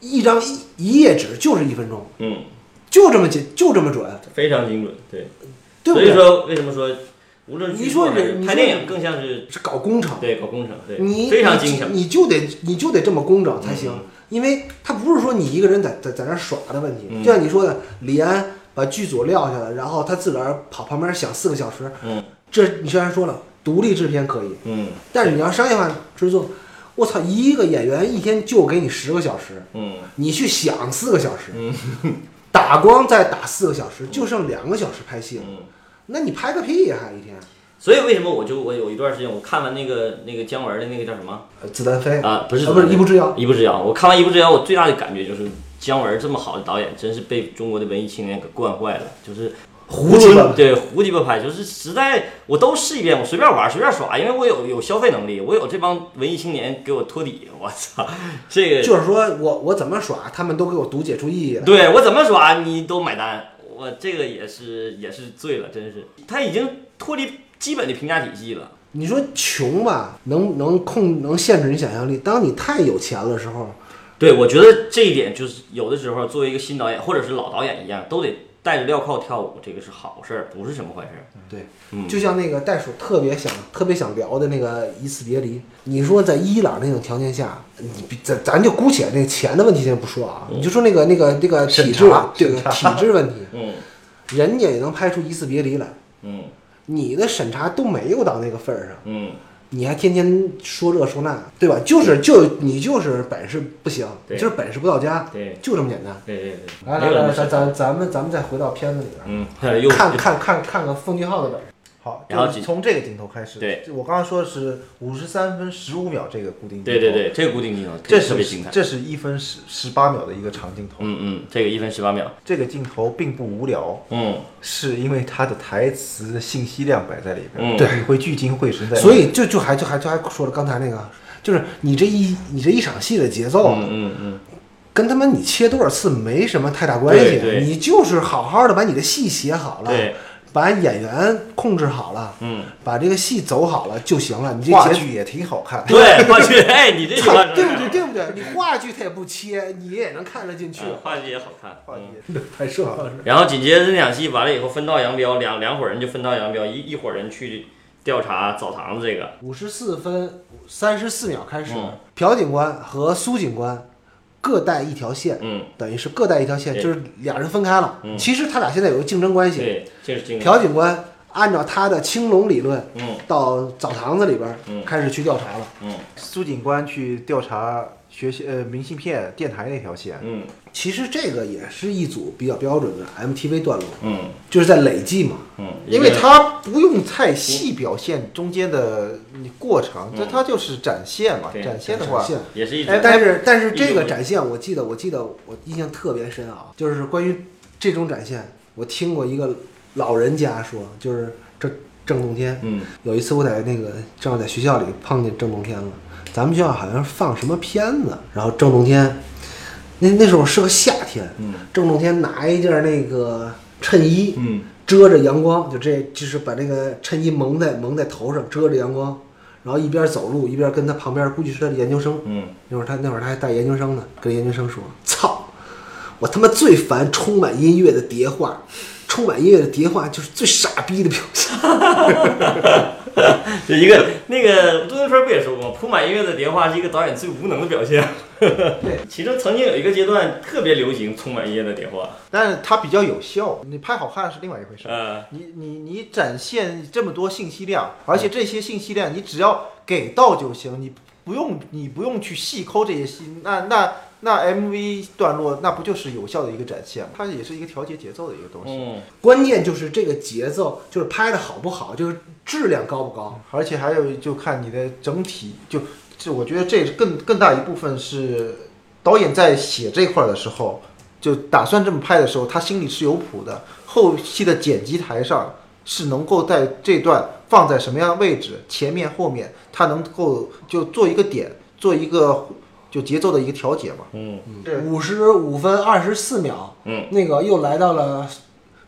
Speaker 2: 一张一一页纸就是一分钟，
Speaker 3: 嗯，
Speaker 2: 就这么紧，就这么准，
Speaker 3: 非常精准。对。
Speaker 2: 对不
Speaker 3: 所以
Speaker 2: 对？
Speaker 3: 说，为什么说无论是
Speaker 2: 你说
Speaker 3: 剧作还是
Speaker 2: 人你说
Speaker 3: 拍电影更像是
Speaker 2: 是搞工程。
Speaker 3: 对搞工程，对
Speaker 2: 你
Speaker 3: 非常精巧。嗯
Speaker 2: 你，你就得你就得这么工整才行，因为他不是说你一个人在在在那儿耍的问题，
Speaker 3: 嗯
Speaker 2: 就像你说的，李安把剧组撂下了，然后他自个儿跑旁边想四个小时，
Speaker 3: 嗯
Speaker 2: 这你虽然说了独立制片可以，
Speaker 3: 嗯
Speaker 2: 但是你要商业化制作，我操，一个演员一天就给你十个小时，
Speaker 3: 嗯，
Speaker 2: 你去想四个小时，打光再打四个小时，就剩两个小时拍戏了，
Speaker 3: 嗯
Speaker 2: 那你拍个屁呀、还一天？
Speaker 3: 所以为什么我就我有一段时间我看完那个那个姜文的那个叫什么
Speaker 2: 呃子弹飞
Speaker 3: 啊？不是
Speaker 2: 不是一步之遥。
Speaker 3: 一步之遥。我看完一步之遥，我最大的感觉就是姜文这么好的导演，真是被中国的文艺青年给惯坏了，就是。
Speaker 2: 胡鸡巴
Speaker 3: 对胡鸡巴拍，就是实在我都试一遍，我随便玩随便耍，因为我有有消费能力，我有这帮文艺青年给我托底，我操，这个
Speaker 2: 就是说我我怎么耍，他们都给我读解出意义来。
Speaker 3: 对我怎么耍你都买单，我这个也是也是醉了，真是他已经脱离基本的评价体系了。
Speaker 2: 你说穷吧，能能控能限制你想象力；当你太有钱了时候，
Speaker 3: 对，我觉得这一点就是有的时候作为一个新导演或者是老导演一样，都得戴着镣铐跳舞，这个是好事儿，不是什么坏事儿。
Speaker 2: 对，
Speaker 3: 嗯
Speaker 2: 就像那个袋鼠特别想特别想聊的那个《一次别离》，你说在伊朗那种条件下，你比咱咱就姑且那钱的问题先不说
Speaker 3: 嗯
Speaker 2: 啊，你就说那个那个那个体制
Speaker 4: 审查
Speaker 2: 这个体制问题，
Speaker 3: 嗯
Speaker 2: 人家也能拍出《一次别离》来，
Speaker 3: 嗯
Speaker 2: 你的审查都没有到那个份儿上，
Speaker 3: 嗯，
Speaker 2: 你还天天说这说那，对吧？就是就你就是本事不行，
Speaker 3: 对
Speaker 2: 就是本事不到家，
Speaker 3: 对
Speaker 2: 就这么简单。
Speaker 3: 对对对，
Speaker 2: 来
Speaker 3: 没
Speaker 2: 来
Speaker 3: 有那
Speaker 2: 来，
Speaker 3: 么
Speaker 2: 咱
Speaker 3: 深
Speaker 2: 咱咱们咱们再回到片子里边，
Speaker 3: 嗯，又
Speaker 2: 看看看看个奉俊昊的本事。
Speaker 4: 好，
Speaker 3: 然后
Speaker 4: 就是
Speaker 3: 几
Speaker 4: 从这个镜头开始，
Speaker 3: 对，
Speaker 4: 我刚刚说的是五十三分十五秒这个固定镜头，
Speaker 3: 对对，对，这个固定镜头
Speaker 4: 这
Speaker 3: 特别
Speaker 4: 是
Speaker 3: 精彩。
Speaker 4: 这是一分十十八秒的一个长镜头，
Speaker 3: 嗯嗯，这个一分十八秒，
Speaker 4: 这个镜头并不无聊，
Speaker 3: 嗯
Speaker 4: 是因为它的台词信息量摆在里边，
Speaker 3: 嗯
Speaker 2: 对
Speaker 4: 你会聚精会神在，
Speaker 2: 所以就就还就还就还说了刚才那个，就是你这一你这一场戏的节奏，
Speaker 3: 嗯嗯嗯，
Speaker 2: 跟他妈你切多少次没什么太大关系
Speaker 3: 对，对
Speaker 2: 你就是好好的把你的戏写好了
Speaker 3: 对，
Speaker 2: 把演员控制好了，
Speaker 3: 嗯，
Speaker 2: 把这个戏走好了就行了。你这
Speaker 4: 话
Speaker 2: 节
Speaker 4: 剧也挺好看，
Speaker 3: 对，话剧，哎，你这句话
Speaker 2: 对不对？对不对？你话剧它也不切，你也能看得进去。
Speaker 3: 嗯话剧也好看。
Speaker 4: 话剧也
Speaker 2: 拍摄方式，
Speaker 3: 然后紧接着这场戏完了以后，分道扬镳，两两伙人就分道扬镳，一一伙人去调查澡堂子这个，
Speaker 2: 五十四分三十四秒开始
Speaker 3: 嗯，
Speaker 2: 朴警官和苏警官各带一条线，
Speaker 3: 嗯，
Speaker 2: 等于是各带一条线，
Speaker 3: 对
Speaker 2: 就是俩人分开了。
Speaker 3: 嗯
Speaker 2: 其实他俩现在有个竞争关系。
Speaker 3: 对，这是经典。
Speaker 2: 朴警官按照他的青龙理论，
Speaker 3: 嗯
Speaker 2: 到澡堂子里边儿
Speaker 3: 嗯
Speaker 2: 开始去调查了。
Speaker 3: 嗯
Speaker 4: 苏警官去调查学习呃明信片电台那条线，
Speaker 3: 嗯
Speaker 2: 其实这个也是一组比较标准的 MTV 段落，
Speaker 3: 嗯
Speaker 2: 就是在累计嘛，
Speaker 3: 嗯，
Speaker 4: 因为它不用太细表现中间的过程，这它就是展现嘛，
Speaker 3: 嗯对
Speaker 4: 展现的话
Speaker 2: 展现
Speaker 3: 也是一种
Speaker 4: 哎，
Speaker 2: 但是但是这
Speaker 3: 一
Speaker 2: 个
Speaker 3: 种
Speaker 2: 展现，我记得我记得我印象特别深啊，就是关于这种展现，我听过一个老人家说，就是郑郑洞天，
Speaker 3: 嗯
Speaker 2: 有一次我在那个正好在学校里碰见郑洞天了，咱们学校好像是放什么片子，然后郑洞天，那那时候是个夏天，
Speaker 3: 嗯
Speaker 2: 郑洞天拿一件那个衬衣，
Speaker 3: 嗯
Speaker 2: 遮着阳光，就这就是把那个衬衣蒙在蒙在头上，遮着阳光，然后一边走路一边跟他旁边估计是他的研究生，
Speaker 3: 嗯
Speaker 2: 那会儿他那会儿他还带研究生呢，跟研究生说：“操，我他妈最烦充满音乐的叠画，充满音乐的叠画就是最傻逼的表现。
Speaker 3: 嗯，就一个那个杜文春不也说过吗？铺满音乐的电话是一个导演最无能的表现。 对，其中曾经有一个阶段特别流行充满音乐的电话，
Speaker 4: 但是它比较有效。你拍好看是另外一回事，
Speaker 3: 呃，
Speaker 4: 你你你展现这么多信息量，而且这些信息量你只要给到就行，你不用你不用去细抠这些细，那那那 MV 段落那不就是有效的一个展现吗？它也是一个调节节奏的一个东西，
Speaker 3: 嗯，
Speaker 2: 关键就是这个节奏，就是拍的好不好，就是质量高不高。
Speaker 4: 而且还有就看你的整体，就这我觉得这更更大一部分是导演在写这块儿的时候，就打算这么拍的时候，他心里是有谱的，后期的剪辑台上是能够在这段放在什么样的位置，前面后面，他能够就做一个点，做一个就节奏的一个调节嘛。
Speaker 3: 嗯
Speaker 4: 对
Speaker 2: 五十五分二十四秒，
Speaker 3: 嗯，
Speaker 2: 那个又来到了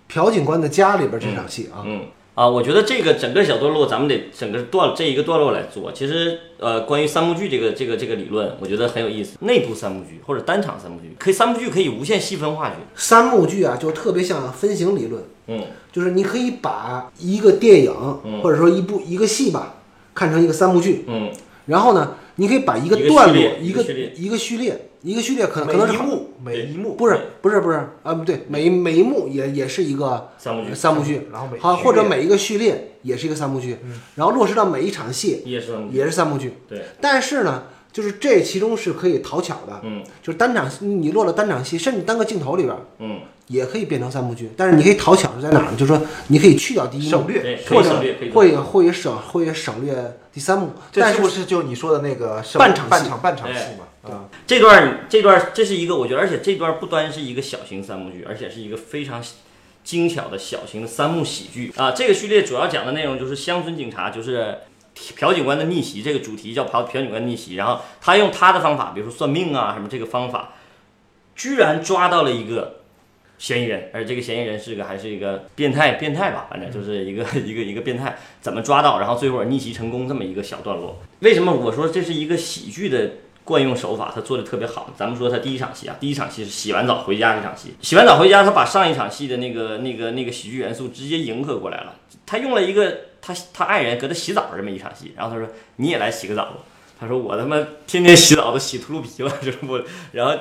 Speaker 2: 朴警官的家里边这场戏啊，
Speaker 3: 嗯啊，我觉得这个整个小段落，咱们得整个段这一个段落来做。其实，呃，关于三幕剧这个这个这个理论，我觉得很有意思。内部三幕剧或者单场三幕剧，可以三幕剧可以无限细分化学。
Speaker 2: 三幕剧啊，就特别像分形理论。
Speaker 3: 嗯
Speaker 2: 就是你可以把一个电影、
Speaker 3: 嗯
Speaker 2: 或者说一部一个戏吧，看成一个三幕剧，
Speaker 3: 嗯
Speaker 2: 然后呢，你可以把一个
Speaker 3: 一个
Speaker 2: 段落
Speaker 3: 序列、
Speaker 2: 一
Speaker 3: 一
Speaker 2: 个
Speaker 3: 个序列
Speaker 2: 一个序列、一个序列，可能
Speaker 4: 每
Speaker 2: 可能是
Speaker 4: 一
Speaker 2: 好
Speaker 4: 幕每一幕
Speaker 2: 不是
Speaker 3: 对
Speaker 2: 不是不是啊，不对，每一每一幕也也是一个
Speaker 3: 三幕剧
Speaker 2: 三幕剧，
Speaker 4: 然后每
Speaker 2: 好
Speaker 4: 序列嗯
Speaker 2: 或者每一个序列也是一个三幕剧，然后落实到每一场戏
Speaker 3: 也是三幕剧。
Speaker 2: 也是三幕剧，
Speaker 3: 对，
Speaker 2: 但是呢，就是这其中是可以讨巧的，
Speaker 3: 嗯
Speaker 2: 就是单场你落了单场戏，甚至单个镜头里边。
Speaker 3: 嗯，
Speaker 2: 也可以变成三幕剧，但是你可以讨巧是在哪儿呢？就是说你可以去掉第一幕
Speaker 4: 省，略
Speaker 3: 对，。可
Speaker 2: 或
Speaker 3: 以
Speaker 2: 者
Speaker 3: 省略，可以省
Speaker 2: 或
Speaker 3: 略。
Speaker 2: 者或者省或者省略第三幕，
Speaker 4: 这
Speaker 2: 但
Speaker 4: 是
Speaker 2: 是
Speaker 4: 不是就你说的那个是
Speaker 2: 半场戏
Speaker 4: 半场半场戏嘛？啊、
Speaker 3: 这段这段这是一个，我觉得，而且这段不单是一个小型三幕剧，而且是一个非常精巧的小型的三幕喜剧啊。这个序列主要讲的内容就是乡村警察，就是朴警官的逆袭这个主题叫朴朴警官逆袭，然后他用他的方法，比如说算命啊什么这个方法，居然抓到了一个嫌疑人，而这个嫌疑人是个还是一个变态变态吧，反正就是一个 一个一个变态，怎么抓到，然后最后逆袭成功这么一个小段落。为什么我说这是一个喜剧的惯用手法，他做的特别好。咱们说他第一场戏啊，第一场戏是洗完澡回家这场戏，洗完澡回家，他把上一场戏的那个那个那个喜剧元素直接迎合过来了。他用了一个他他爱人搁他洗澡这么一场戏，然后他说你也来洗个澡吧。他说我他妈天天洗澡都洗秃噜皮了，就是我。然后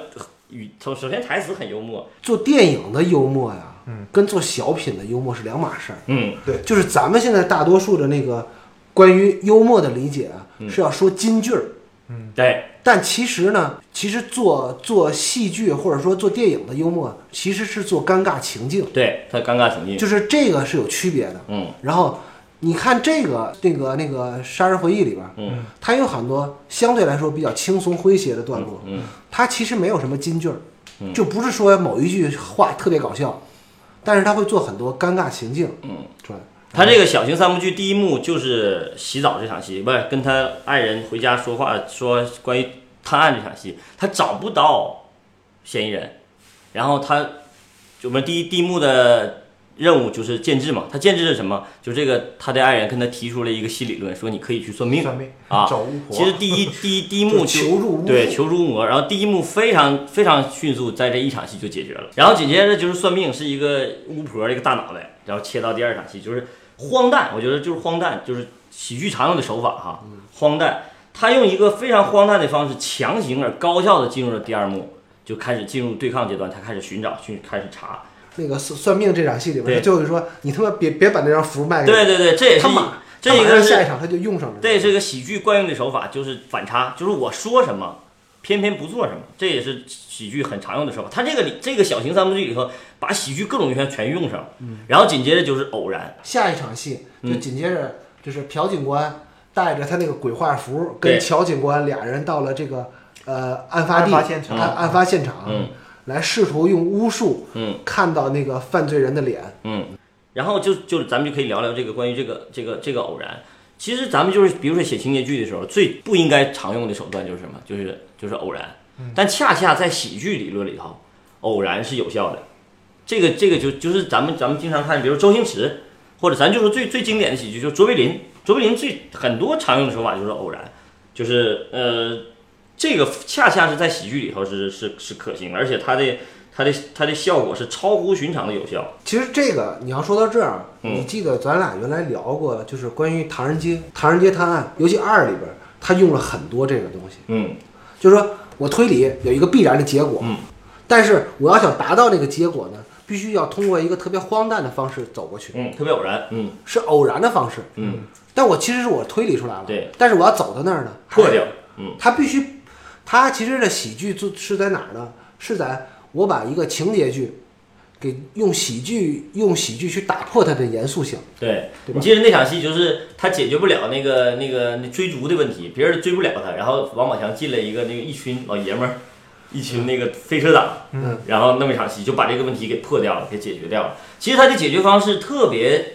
Speaker 3: 语首首先台词很幽默，
Speaker 2: 做电影的幽默呀，跟做小品的幽默是两码事儿。
Speaker 3: 嗯
Speaker 2: 就是咱们现在大多数的那个关于幽默的理解啊，
Speaker 3: 嗯
Speaker 2: 是要说金句儿。
Speaker 3: 对，
Speaker 2: 但其实呢，其实做做戏剧或者说做电影的幽默，其实是做尴尬情境，
Speaker 3: 对他尴尬情境，
Speaker 2: 就是这个是有区别的。
Speaker 3: 嗯，
Speaker 2: 然后你看这个那个那个《杀人回忆》里边，
Speaker 3: 嗯，
Speaker 2: 它有很多相对来说比较轻松诙谐的段落，
Speaker 3: 嗯，
Speaker 2: 它其实没有什么金句儿，就不是说某一句话特别搞笑，但是它会做很多尴尬情境，嗯，出来。
Speaker 3: 他这个小型三部剧第一幕就是洗澡这场戏，不是跟他爱人回家说话，呃说关于探案这场戏，他找不到嫌疑人，然后他我们第一第一幕的任务就是建制嘛，他建制是什么？就这个他的爱人跟他提出了一个新理论，说你可以去算命
Speaker 4: 算命
Speaker 3: 啊，
Speaker 4: 找巫婆
Speaker 3: 其实第 一第一第一幕
Speaker 2: 就
Speaker 3: 就
Speaker 2: 求助巫婆
Speaker 3: 对求助巫魔，然后第一幕非常非常迅速，在这一场戏就解决了。然后紧接着就是算命，是一个巫婆一个大脑袋，然后切到第二场戏，就是荒诞，我觉得就是荒诞，就是喜剧常用的手法哈，
Speaker 2: 嗯
Speaker 3: 荒诞。他用一个非常荒诞的方式，强行而高效的进入了第二幕，就开始进入对抗阶段，他开始寻找，去开始查，
Speaker 2: 那个算算命这场戏里边，
Speaker 3: 对
Speaker 2: 他最后就说：“你他妈别别把那张符卖给我。
Speaker 3: 对对对，这也是
Speaker 2: 哎他
Speaker 3: 一
Speaker 2: 马
Speaker 3: 这一
Speaker 2: 他马
Speaker 3: 个
Speaker 2: 上下一
Speaker 3: 是
Speaker 2: 场他就用上了。
Speaker 3: 这也是个喜剧惯用的手法，就是反差，就是我说什么，偏偏不做什么，这也是喜剧很常用的手法。他这个里这个小型三部剧里头，把喜剧各种元素全用上，然后紧接着就是偶然，
Speaker 2: 下一场戏
Speaker 3: 嗯
Speaker 2: 就紧接着就是朴警官带着他那个鬼画符，跟
Speaker 3: 对
Speaker 2: 乔警官俩人到了这个呃案发地
Speaker 4: 案发现场
Speaker 2: 案案发现场，
Speaker 3: 嗯
Speaker 2: 来试图用巫术
Speaker 3: 嗯
Speaker 2: 看到那个犯罪人的脸。
Speaker 3: 嗯，然后就就咱们就可以聊聊这个关于这个这个这个偶然。其实咱们就是，比如说写情节剧的时候，最不应该常用的手段就是什么？就是就是偶然。但恰恰在喜剧理论里头，偶然是有效的。这个这个就就是咱们咱们经常看，比如周星驰，或者咱就说最最经典的喜剧，就是卓别林。卓别林最很多常用的手法就是偶然，就是呃，这个恰恰是在喜剧里头是是是可行的，而且它的它的它的效果是超乎寻常的有效。
Speaker 2: 其实这个你要说到这儿，
Speaker 3: 嗯
Speaker 2: 你记得咱俩原来聊过，就是关于唐人街唐人街探案，尤其二里边，他用了很多这个东西。
Speaker 3: 嗯
Speaker 2: 就是说我推理有一个必然的结果，
Speaker 3: 嗯
Speaker 2: 但是我要想达到那个结果呢，必须要通过一个特别荒诞的方式走过去，
Speaker 3: 嗯，特别偶然。嗯
Speaker 2: 是偶然的方式。
Speaker 3: 嗯，
Speaker 2: 但我其实是我推理出来了，
Speaker 3: 对，
Speaker 2: 但是我要走到那儿呢，
Speaker 3: 破掉。嗯
Speaker 2: 它必须，它其实的喜剧就是在哪儿呢？是在我把一个情节剧。给用喜剧用喜剧去打破它的严肃性，
Speaker 3: 对，
Speaker 2: 对吧
Speaker 3: 你记得那场戏就是他解决不了那个那个那追逐的问题，别人追不了他，然后王宝强进来一个那个一群老爷们儿，一群那个飞车党，
Speaker 2: 嗯，
Speaker 3: 然后那么一场戏就把这个问题给破掉了，给解决掉了。其实他的解决方式特别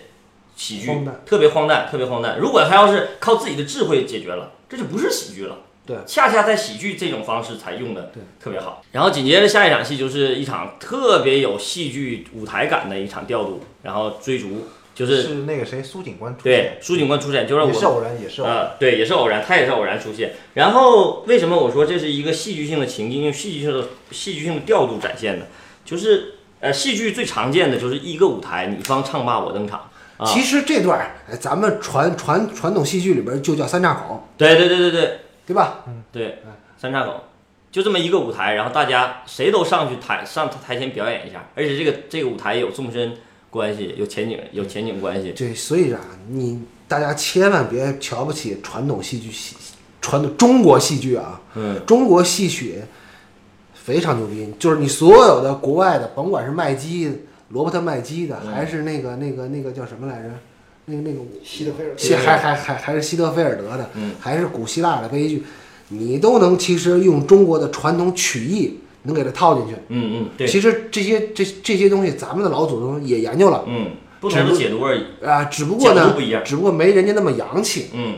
Speaker 3: 喜剧
Speaker 2: 荒诞，
Speaker 3: 特别荒诞，特别荒诞。如果他要是靠自己的智慧解决了，这就不是喜剧了。
Speaker 2: 对
Speaker 3: 恰恰在喜剧这种方式才用的
Speaker 2: 对
Speaker 3: 特别好。然后紧接着下一场戏就是一场特别有戏剧舞台感的一场调度，然后追逐就是
Speaker 4: 是那个谁苏警官出
Speaker 3: 对
Speaker 4: 现，
Speaker 3: 苏警官出现，就是我
Speaker 4: 也是
Speaker 3: 们
Speaker 4: 偶然，也是偶然。
Speaker 3: 啊，对，也是偶然，他也是偶然出现。然后为什么我说这是一个戏剧性的情境，用戏剧性的戏剧性的调度展现的？就是呃，戏剧最常见的就是一个舞台，你方唱罢我登场。啊
Speaker 2: 其实这段儿哎咱们传传传统戏剧里边就叫三岔口，
Speaker 3: 对对对对对
Speaker 2: 对吧？
Speaker 3: 对，三岔口，就这么一个舞台，然后大家谁都上去台上台前表演一下，而且这个这个舞台有纵深关系，有前景，有前景关系。
Speaker 2: 这所以啊，你大家千万别瞧不起传统戏剧戏，传统中国戏剧啊，
Speaker 3: 嗯，
Speaker 2: 中国戏曲非常牛逼，就是你所有的国外的，甭管是麦基、罗伯特麦基的，
Speaker 3: 嗯
Speaker 2: 还是那个那个那个叫什么来着？那个那个
Speaker 4: 希特菲尔德
Speaker 2: 希还还还还是希特菲尔德的，
Speaker 3: 嗯
Speaker 2: 还是古希腊的悲剧，你都能其实用中国的传统曲艺能给它套进去。
Speaker 3: 嗯嗯，对，
Speaker 2: 其实这些这这些东西，咱们的老祖宗也研究了，
Speaker 3: 嗯，不同的解读而已。
Speaker 2: 啊，只不过
Speaker 3: 角
Speaker 2: 呢
Speaker 3: 度不一样，
Speaker 2: 只不过没人家那么洋气。
Speaker 3: 嗯，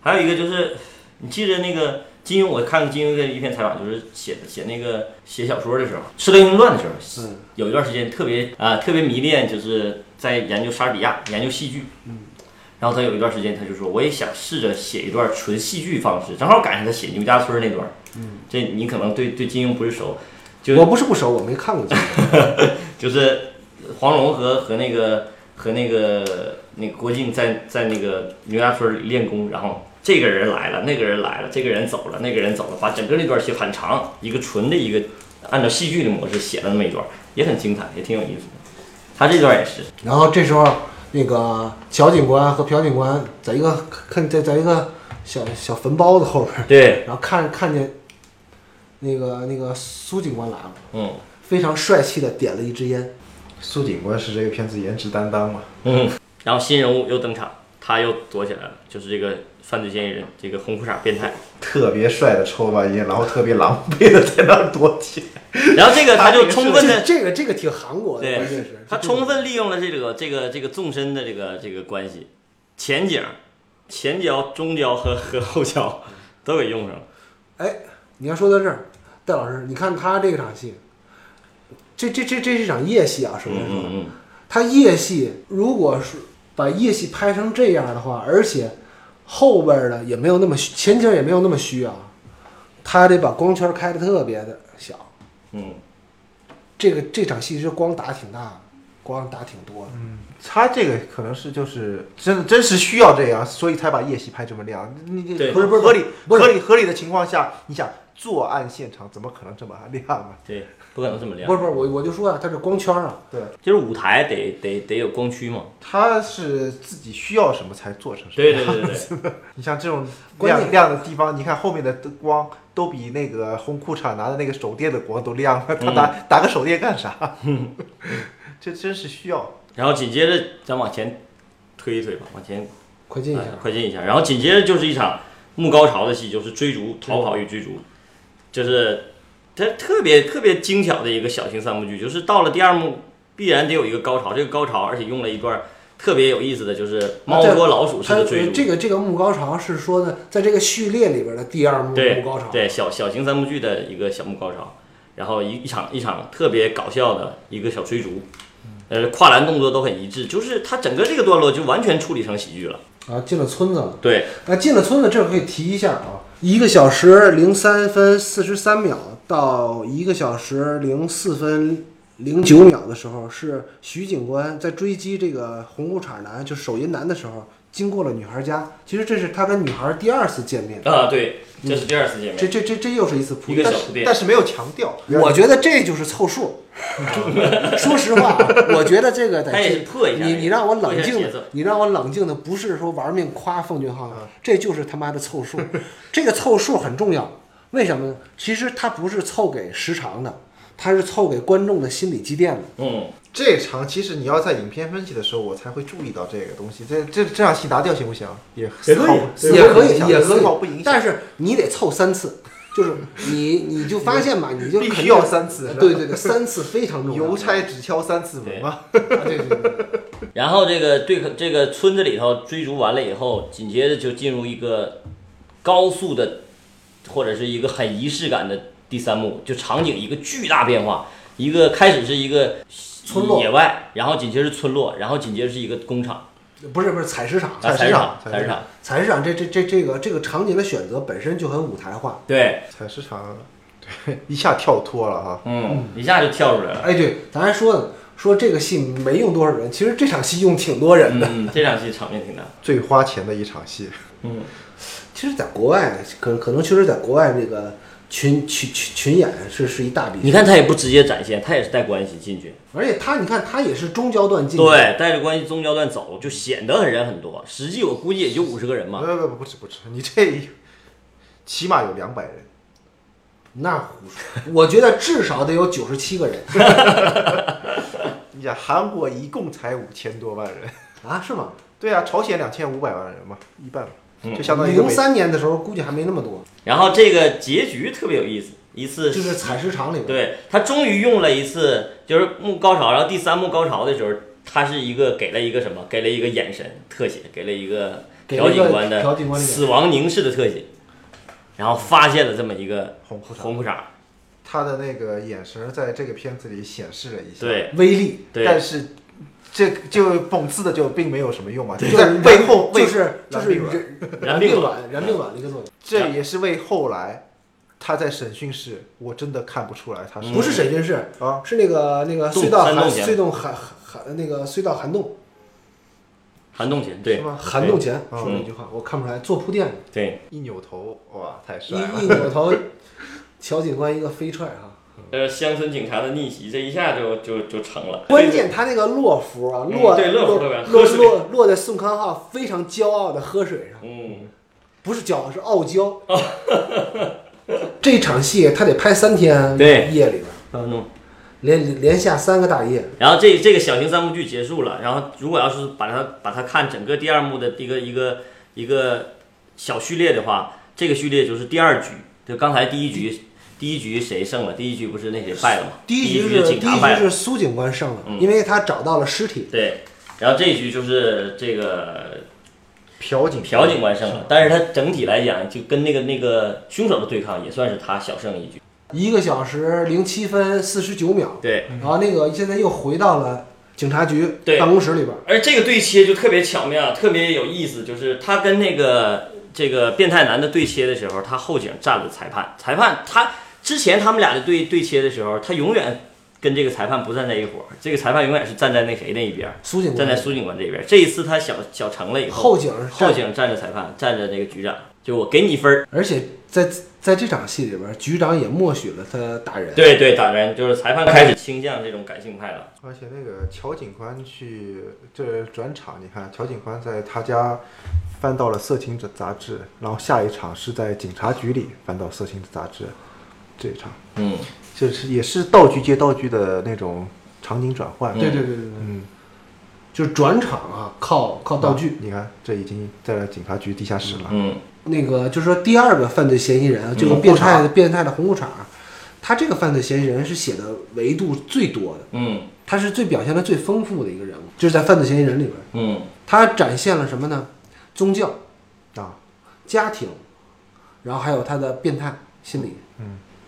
Speaker 3: 还有一个就是，你记得那个金庸，我看过金庸的一篇采访，就是写写那个写小说的时候，《射雕英雄传》的时候，
Speaker 2: 嗯，
Speaker 3: 有一段时间特别啊、特别迷恋，就是在研究莎士比亚，研究戏剧。嗯，然后他有一段时间，他就说，我也想试着写一段纯戏剧方式，正好赶上他写牛家村那段。嗯，这你可能对对金庸不是熟，就
Speaker 2: 我不是不熟，我没看过这个。
Speaker 3: 就是黄蓉和和那个和那个那个郭靖在在那个牛家村里练功，然后这个人来了，那个人来了，这个人走了，那个人走了，把整个那段写很长，一个纯的一个按照戏剧的模式写了那么一段，也很精彩，也挺有意思的。他这段也是，
Speaker 2: 然后这时候那个乔警官和朴警官在一个看在在一个小小坟包子后边儿，
Speaker 3: 对，
Speaker 2: 然后看看见那个那个苏警官来了，
Speaker 3: 嗯
Speaker 2: 非常帅气的点了一支烟，
Speaker 4: 苏警官是这个片子颜值担当嘛？
Speaker 3: 嗯，然后新人物又登场，他又躲起来了，就是这个犯罪嫌疑人，这个红裤衩变态。
Speaker 4: 特别帅的抽完烟，然后特别狼狈的在那儿躲起来。
Speaker 3: 然后这个他就充分
Speaker 2: 这
Speaker 3: 的，
Speaker 2: 这个这个挺韩国的，
Speaker 3: 对
Speaker 2: 关键是
Speaker 3: 他充分利用了这个这个这个纵深的这个这个关系，前景、前脚、中脚和和后脚
Speaker 2: 嗯
Speaker 3: 都给用上了。
Speaker 2: 哎，你要说到这儿，戴老师，你看他这场戏，这这这这是一场夜戏啊，首
Speaker 3: 嗯
Speaker 2: 先说，
Speaker 3: 嗯嗯，
Speaker 2: 他夜戏如果是把夜戏拍成这样的话，而且后边儿的也没有那么虚前景儿也没有那么虚啊，他得把光圈儿开的特别的小，
Speaker 3: 嗯，
Speaker 2: 这个这场戏是光打挺大的，光打挺多的，
Speaker 3: 嗯
Speaker 4: 他这个可能是就是真的真是需要这样，所以才把夜戏拍这么亮。你你
Speaker 3: 对
Speaker 4: 合
Speaker 2: 不是
Speaker 4: 合理
Speaker 2: 不是
Speaker 4: 合理合理的情况下，你想作案现场怎么可能这么亮啊？
Speaker 3: 对，不可能这
Speaker 2: 不
Speaker 3: 么
Speaker 2: 是
Speaker 3: 亮。
Speaker 2: 不是，我我就说啊，他这光圈儿啊，
Speaker 4: 对，
Speaker 3: 就是舞台得得得有光区嘛。
Speaker 4: 他是自己需要什么才做成什么。
Speaker 3: 对对对对对，
Speaker 4: 你像这种
Speaker 2: 关键
Speaker 4: 亮亮的地方，你看后面的灯光都比那个红裤衩拿的那个手电的光都亮了，他打、打个手电干啥？这真是需要。
Speaker 3: 然后紧接着咱往前推一推吧，往前
Speaker 2: 快进一下，
Speaker 3: 哎快进一下。然后紧接着就是一场幕高潮的戏，就是追逐、逃跑与追逐，就是它特别特别精巧的一个小型三幕剧，就是到了第二幕必然得有一个高潮，这个高潮而且用了一段特别有意思的，就是猫捉老鼠式
Speaker 2: 他
Speaker 3: 的追逐。
Speaker 2: 啊这个这个幕高潮是说呢，在这个序列里边的第二幕
Speaker 3: 对
Speaker 2: 幕高潮，
Speaker 3: 对小小型三幕剧的一个小幕高潮，然后一一场一场特别搞笑的一个小追逐，呃，跨栏动作都很一致，就是它整个这个段落就完全处理成喜剧了。
Speaker 2: 啊，进了村子了。
Speaker 3: 对，
Speaker 2: 那进了村子，这儿可以提一下啊，一个小时零三分四十三秒到一个小时零四分零九秒的时候，是徐警官在追击这个红裤衩男，就手淫男的时候，经过了女孩家。其实这是他跟女孩第二次见面，
Speaker 3: 啊，对，这是第二次见
Speaker 2: 这
Speaker 3: 面，
Speaker 2: 这这这又是一次铺
Speaker 3: 一个
Speaker 2: 垫
Speaker 3: 小
Speaker 4: 但。
Speaker 3: 铺
Speaker 4: 是
Speaker 3: 垫
Speaker 4: 但是没有强调，
Speaker 2: 我觉得这就是凑 数。说实话啊，我觉得这个得
Speaker 3: 他也是破一下
Speaker 2: 你
Speaker 3: 那个
Speaker 2: 你让我冷
Speaker 3: 破一
Speaker 2: 静
Speaker 3: 下节奏
Speaker 2: 的，你让我冷静的，不是说玩命夸奉俊
Speaker 4: 嗯
Speaker 2: 昊，这就是他妈的凑 数。这个凑数很重要，为什么呢？其实它不是凑给时长的，它是凑给观众的心理积淀的。
Speaker 3: 嗯，
Speaker 4: 这场其实你要在影片分析的时候，我才会注意到这个东西。这这这场戏拿掉行不行？也
Speaker 3: 也
Speaker 4: 丝
Speaker 3: 可以
Speaker 4: 毫丝毫
Speaker 2: 也可
Speaker 4: 不
Speaker 2: 以
Speaker 4: 影，响
Speaker 2: 也可
Speaker 4: 丝毫不影
Speaker 2: 以
Speaker 4: 响，。
Speaker 2: 但是你得凑三次，就是你你就发现嘛，你就
Speaker 4: 必
Speaker 2: 肯
Speaker 4: 须
Speaker 2: 定
Speaker 4: 要三次是吧
Speaker 2: 对对对，三次非常重要。
Speaker 4: 邮差只敲三次门嘛，
Speaker 2: 啊对对对对。
Speaker 3: 然后这个对这个村子里头追逐完了以后，紧接着就进入一个高速的或者是一个很仪式感的第三幕，就场景一个巨大变化，一个开始是一个
Speaker 2: 村落
Speaker 3: 野外，然后紧接着是村落，然后紧接着是一个工厂，
Speaker 2: 不是不是采石场，
Speaker 3: 啊，
Speaker 4: 菜
Speaker 3: 采
Speaker 4: 市
Speaker 3: 石
Speaker 4: 场
Speaker 3: 采
Speaker 4: 菜
Speaker 3: 石
Speaker 4: 市
Speaker 3: 场
Speaker 4: 场，
Speaker 2: 采石场这这这这个这个场景的选择本身就很舞台化。
Speaker 3: 对，
Speaker 4: 采市场，对，一下跳脱了啊哈。
Speaker 3: 嗯，一下就跳出来了。
Speaker 2: 哎，对，咱还说呢，说这个戏没用多少人，其实这场戏用挺多人的。
Speaker 3: 嗯，这场戏场面挺大，
Speaker 4: 最花钱的一场戏，
Speaker 3: 嗯，
Speaker 2: 其实，在国外，可可能确实在国外这个群群群群演是是一大笔。
Speaker 3: 你看，他也不直接展现，他也是带关系进去，
Speaker 2: 而且他你看他也是中焦段进，，
Speaker 3: 对，带着关系中焦段走，就显得很人很多，实际我估计也就五十个人
Speaker 4: 不
Speaker 3: 嘛，
Speaker 4: 不不不止不止，你这起码有两百人，
Speaker 2: 那胡说，我觉得至少得有九十七个人
Speaker 4: 你想韩国一共才五千多万人，
Speaker 2: 啊，是吗？
Speaker 4: 对啊，朝鲜两千五百万人嘛，一半嘛，
Speaker 3: 嗯
Speaker 4: 就相当于一个
Speaker 2: 零
Speaker 4: 美
Speaker 2: 三年的时候估计还没那么多，
Speaker 3: 然后这个结局特别有意思，一次
Speaker 2: 就是采石场里边。
Speaker 3: 对他终于用了一次，就是幕高潮，然后第三幕高潮的时候，他是一个给了一个什么，给了一个眼神特写，给了一个
Speaker 2: 给了
Speaker 3: 朴
Speaker 2: 一个
Speaker 3: 警官
Speaker 2: 朴警
Speaker 3: 的
Speaker 2: 官的眼神
Speaker 3: 死亡凝视的特写，然后发现了这么一个
Speaker 4: 红裤衩，
Speaker 3: 红裤衩，
Speaker 4: 他的那个眼神在这个片子里显示了一下，，
Speaker 3: 对
Speaker 2: 威力
Speaker 4: 但
Speaker 3: 对
Speaker 4: 是这就讽刺的就并没有什么用啊嘛，就
Speaker 2: 就是
Speaker 4: 在背后
Speaker 2: 就
Speaker 4: 为
Speaker 2: 是就是
Speaker 4: 然后
Speaker 2: 人
Speaker 3: 然后
Speaker 2: 并
Speaker 3: 另外
Speaker 2: 卵然并卵的一个作用。
Speaker 4: 这也是为后来他在审讯室，我真的看不出来他是
Speaker 2: 不是审讯室，
Speaker 4: 啊，
Speaker 2: 是那个那个
Speaker 3: 洞
Speaker 2: 隧道
Speaker 3: 山
Speaker 2: 涵
Speaker 3: 洞前
Speaker 2: 隧洞涵涵那个隧道涵洞
Speaker 3: 寒洞前，
Speaker 4: 是
Speaker 3: 对
Speaker 4: 吗？
Speaker 2: 涵洞前
Speaker 4: 嗯
Speaker 2: 说了一句话，我看不出来，做铺垫的，
Speaker 3: 对，
Speaker 4: 一扭头，哇，太
Speaker 2: 一
Speaker 4: 帅了！
Speaker 2: 一扭头，乔警官一个飞踹哈，
Speaker 3: 呃，乡村警察的逆袭，这一下就就就成了。
Speaker 5: 关键他那个落服啊，
Speaker 3: 哎嗯
Speaker 5: 落
Speaker 3: 对落
Speaker 5: 落
Speaker 3: 服特别
Speaker 5: 落
Speaker 3: 好喝
Speaker 5: 落
Speaker 3: 水
Speaker 5: 落落在宋康昊非常骄傲的喝水上，
Speaker 3: 嗯，
Speaker 5: 不是骄傲是傲娇。
Speaker 2: 这场戏他得拍三天
Speaker 3: 对
Speaker 2: 夜里边，
Speaker 3: 三分钟。
Speaker 2: 连连下三个大夜。
Speaker 3: 然后这这个小型三幕剧结束了，然后如果要是把它把它看整个第二幕的一个一个一个小序列的话，这个序列就是第二局，就刚才第一局第一局谁胜了？第一局不是那谁败了吗？
Speaker 2: 第一
Speaker 3: 一
Speaker 2: 局
Speaker 3: 局
Speaker 2: 是第一
Speaker 3: 警察
Speaker 2: 局
Speaker 3: 败了，嗯
Speaker 2: 是苏警官胜了，因为他找到了尸体。
Speaker 3: 对。然后这一局就是这个
Speaker 4: 朴槿
Speaker 3: 朴警官胜了，但是他整体来讲就跟那个那个凶手的对抗也算是他小胜一局。
Speaker 2: 一个小时零七分四十九秒，
Speaker 3: 对，
Speaker 2: 然后那个现在又回到了警察局
Speaker 3: 对
Speaker 2: 办公室里边。
Speaker 3: 而这个对切就特别巧妙，特别有意思，就是他跟那个这个变态男的对切的时候，他后景站了裁判，裁判他之前他们俩的对对切的时候，他永远跟这个裁判不站在一伙儿，这个裁判永远是站在那谁那一边儿，
Speaker 2: 苏警
Speaker 3: 站在
Speaker 2: 官
Speaker 3: 苏警官这边儿。这一次他小小成了以后，
Speaker 2: 后景是
Speaker 3: 后景站着裁判，站着那个局长，就我给你分儿，
Speaker 2: 而且在在这场戏里边，局长也默许了他打人。
Speaker 3: 对对，打人就是裁判开始倾向这种感性派了，
Speaker 4: 而且那个乔警官去这转场，你看乔警官在他家翻到了色情杂杂志，然后下一场是在警察局里翻到色情杂志，这一场
Speaker 3: 嗯，
Speaker 4: 就是也是道具接道具的那种场景转换。
Speaker 2: 对对对对对，
Speaker 4: 嗯，
Speaker 2: 就是转场啊，靠靠道具。
Speaker 4: 你看这已经在了警察局地下室了。
Speaker 3: 嗯
Speaker 2: 那个就是说第二个犯罪嫌疑人，啊这个变态的变态的红裤衩，啊他这个犯罪嫌疑人是写的维度最多的，
Speaker 3: 嗯
Speaker 2: 他是最表现的最丰富的一个人物，就是在犯罪嫌疑人里边，
Speaker 3: 嗯
Speaker 2: 他展现了什么呢？宗教、
Speaker 4: 啊，
Speaker 2: 家庭，然后还有他的变态心理。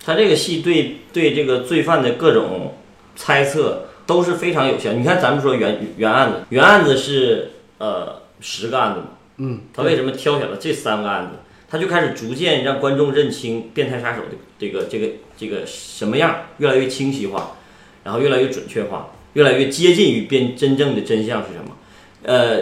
Speaker 3: 他这个戏对对这个罪犯的各种猜测都是非常有效。你看，咱们说原原案子，原案子是呃十个案子嘛，
Speaker 2: 嗯，
Speaker 3: 他为什么挑选了这三个案子？他就开始逐渐让观众认清变态杀手的这个这个这个什么样，越来越清晰化，然后越来越准确化，越来越接近于变真正的真相是什么。呃，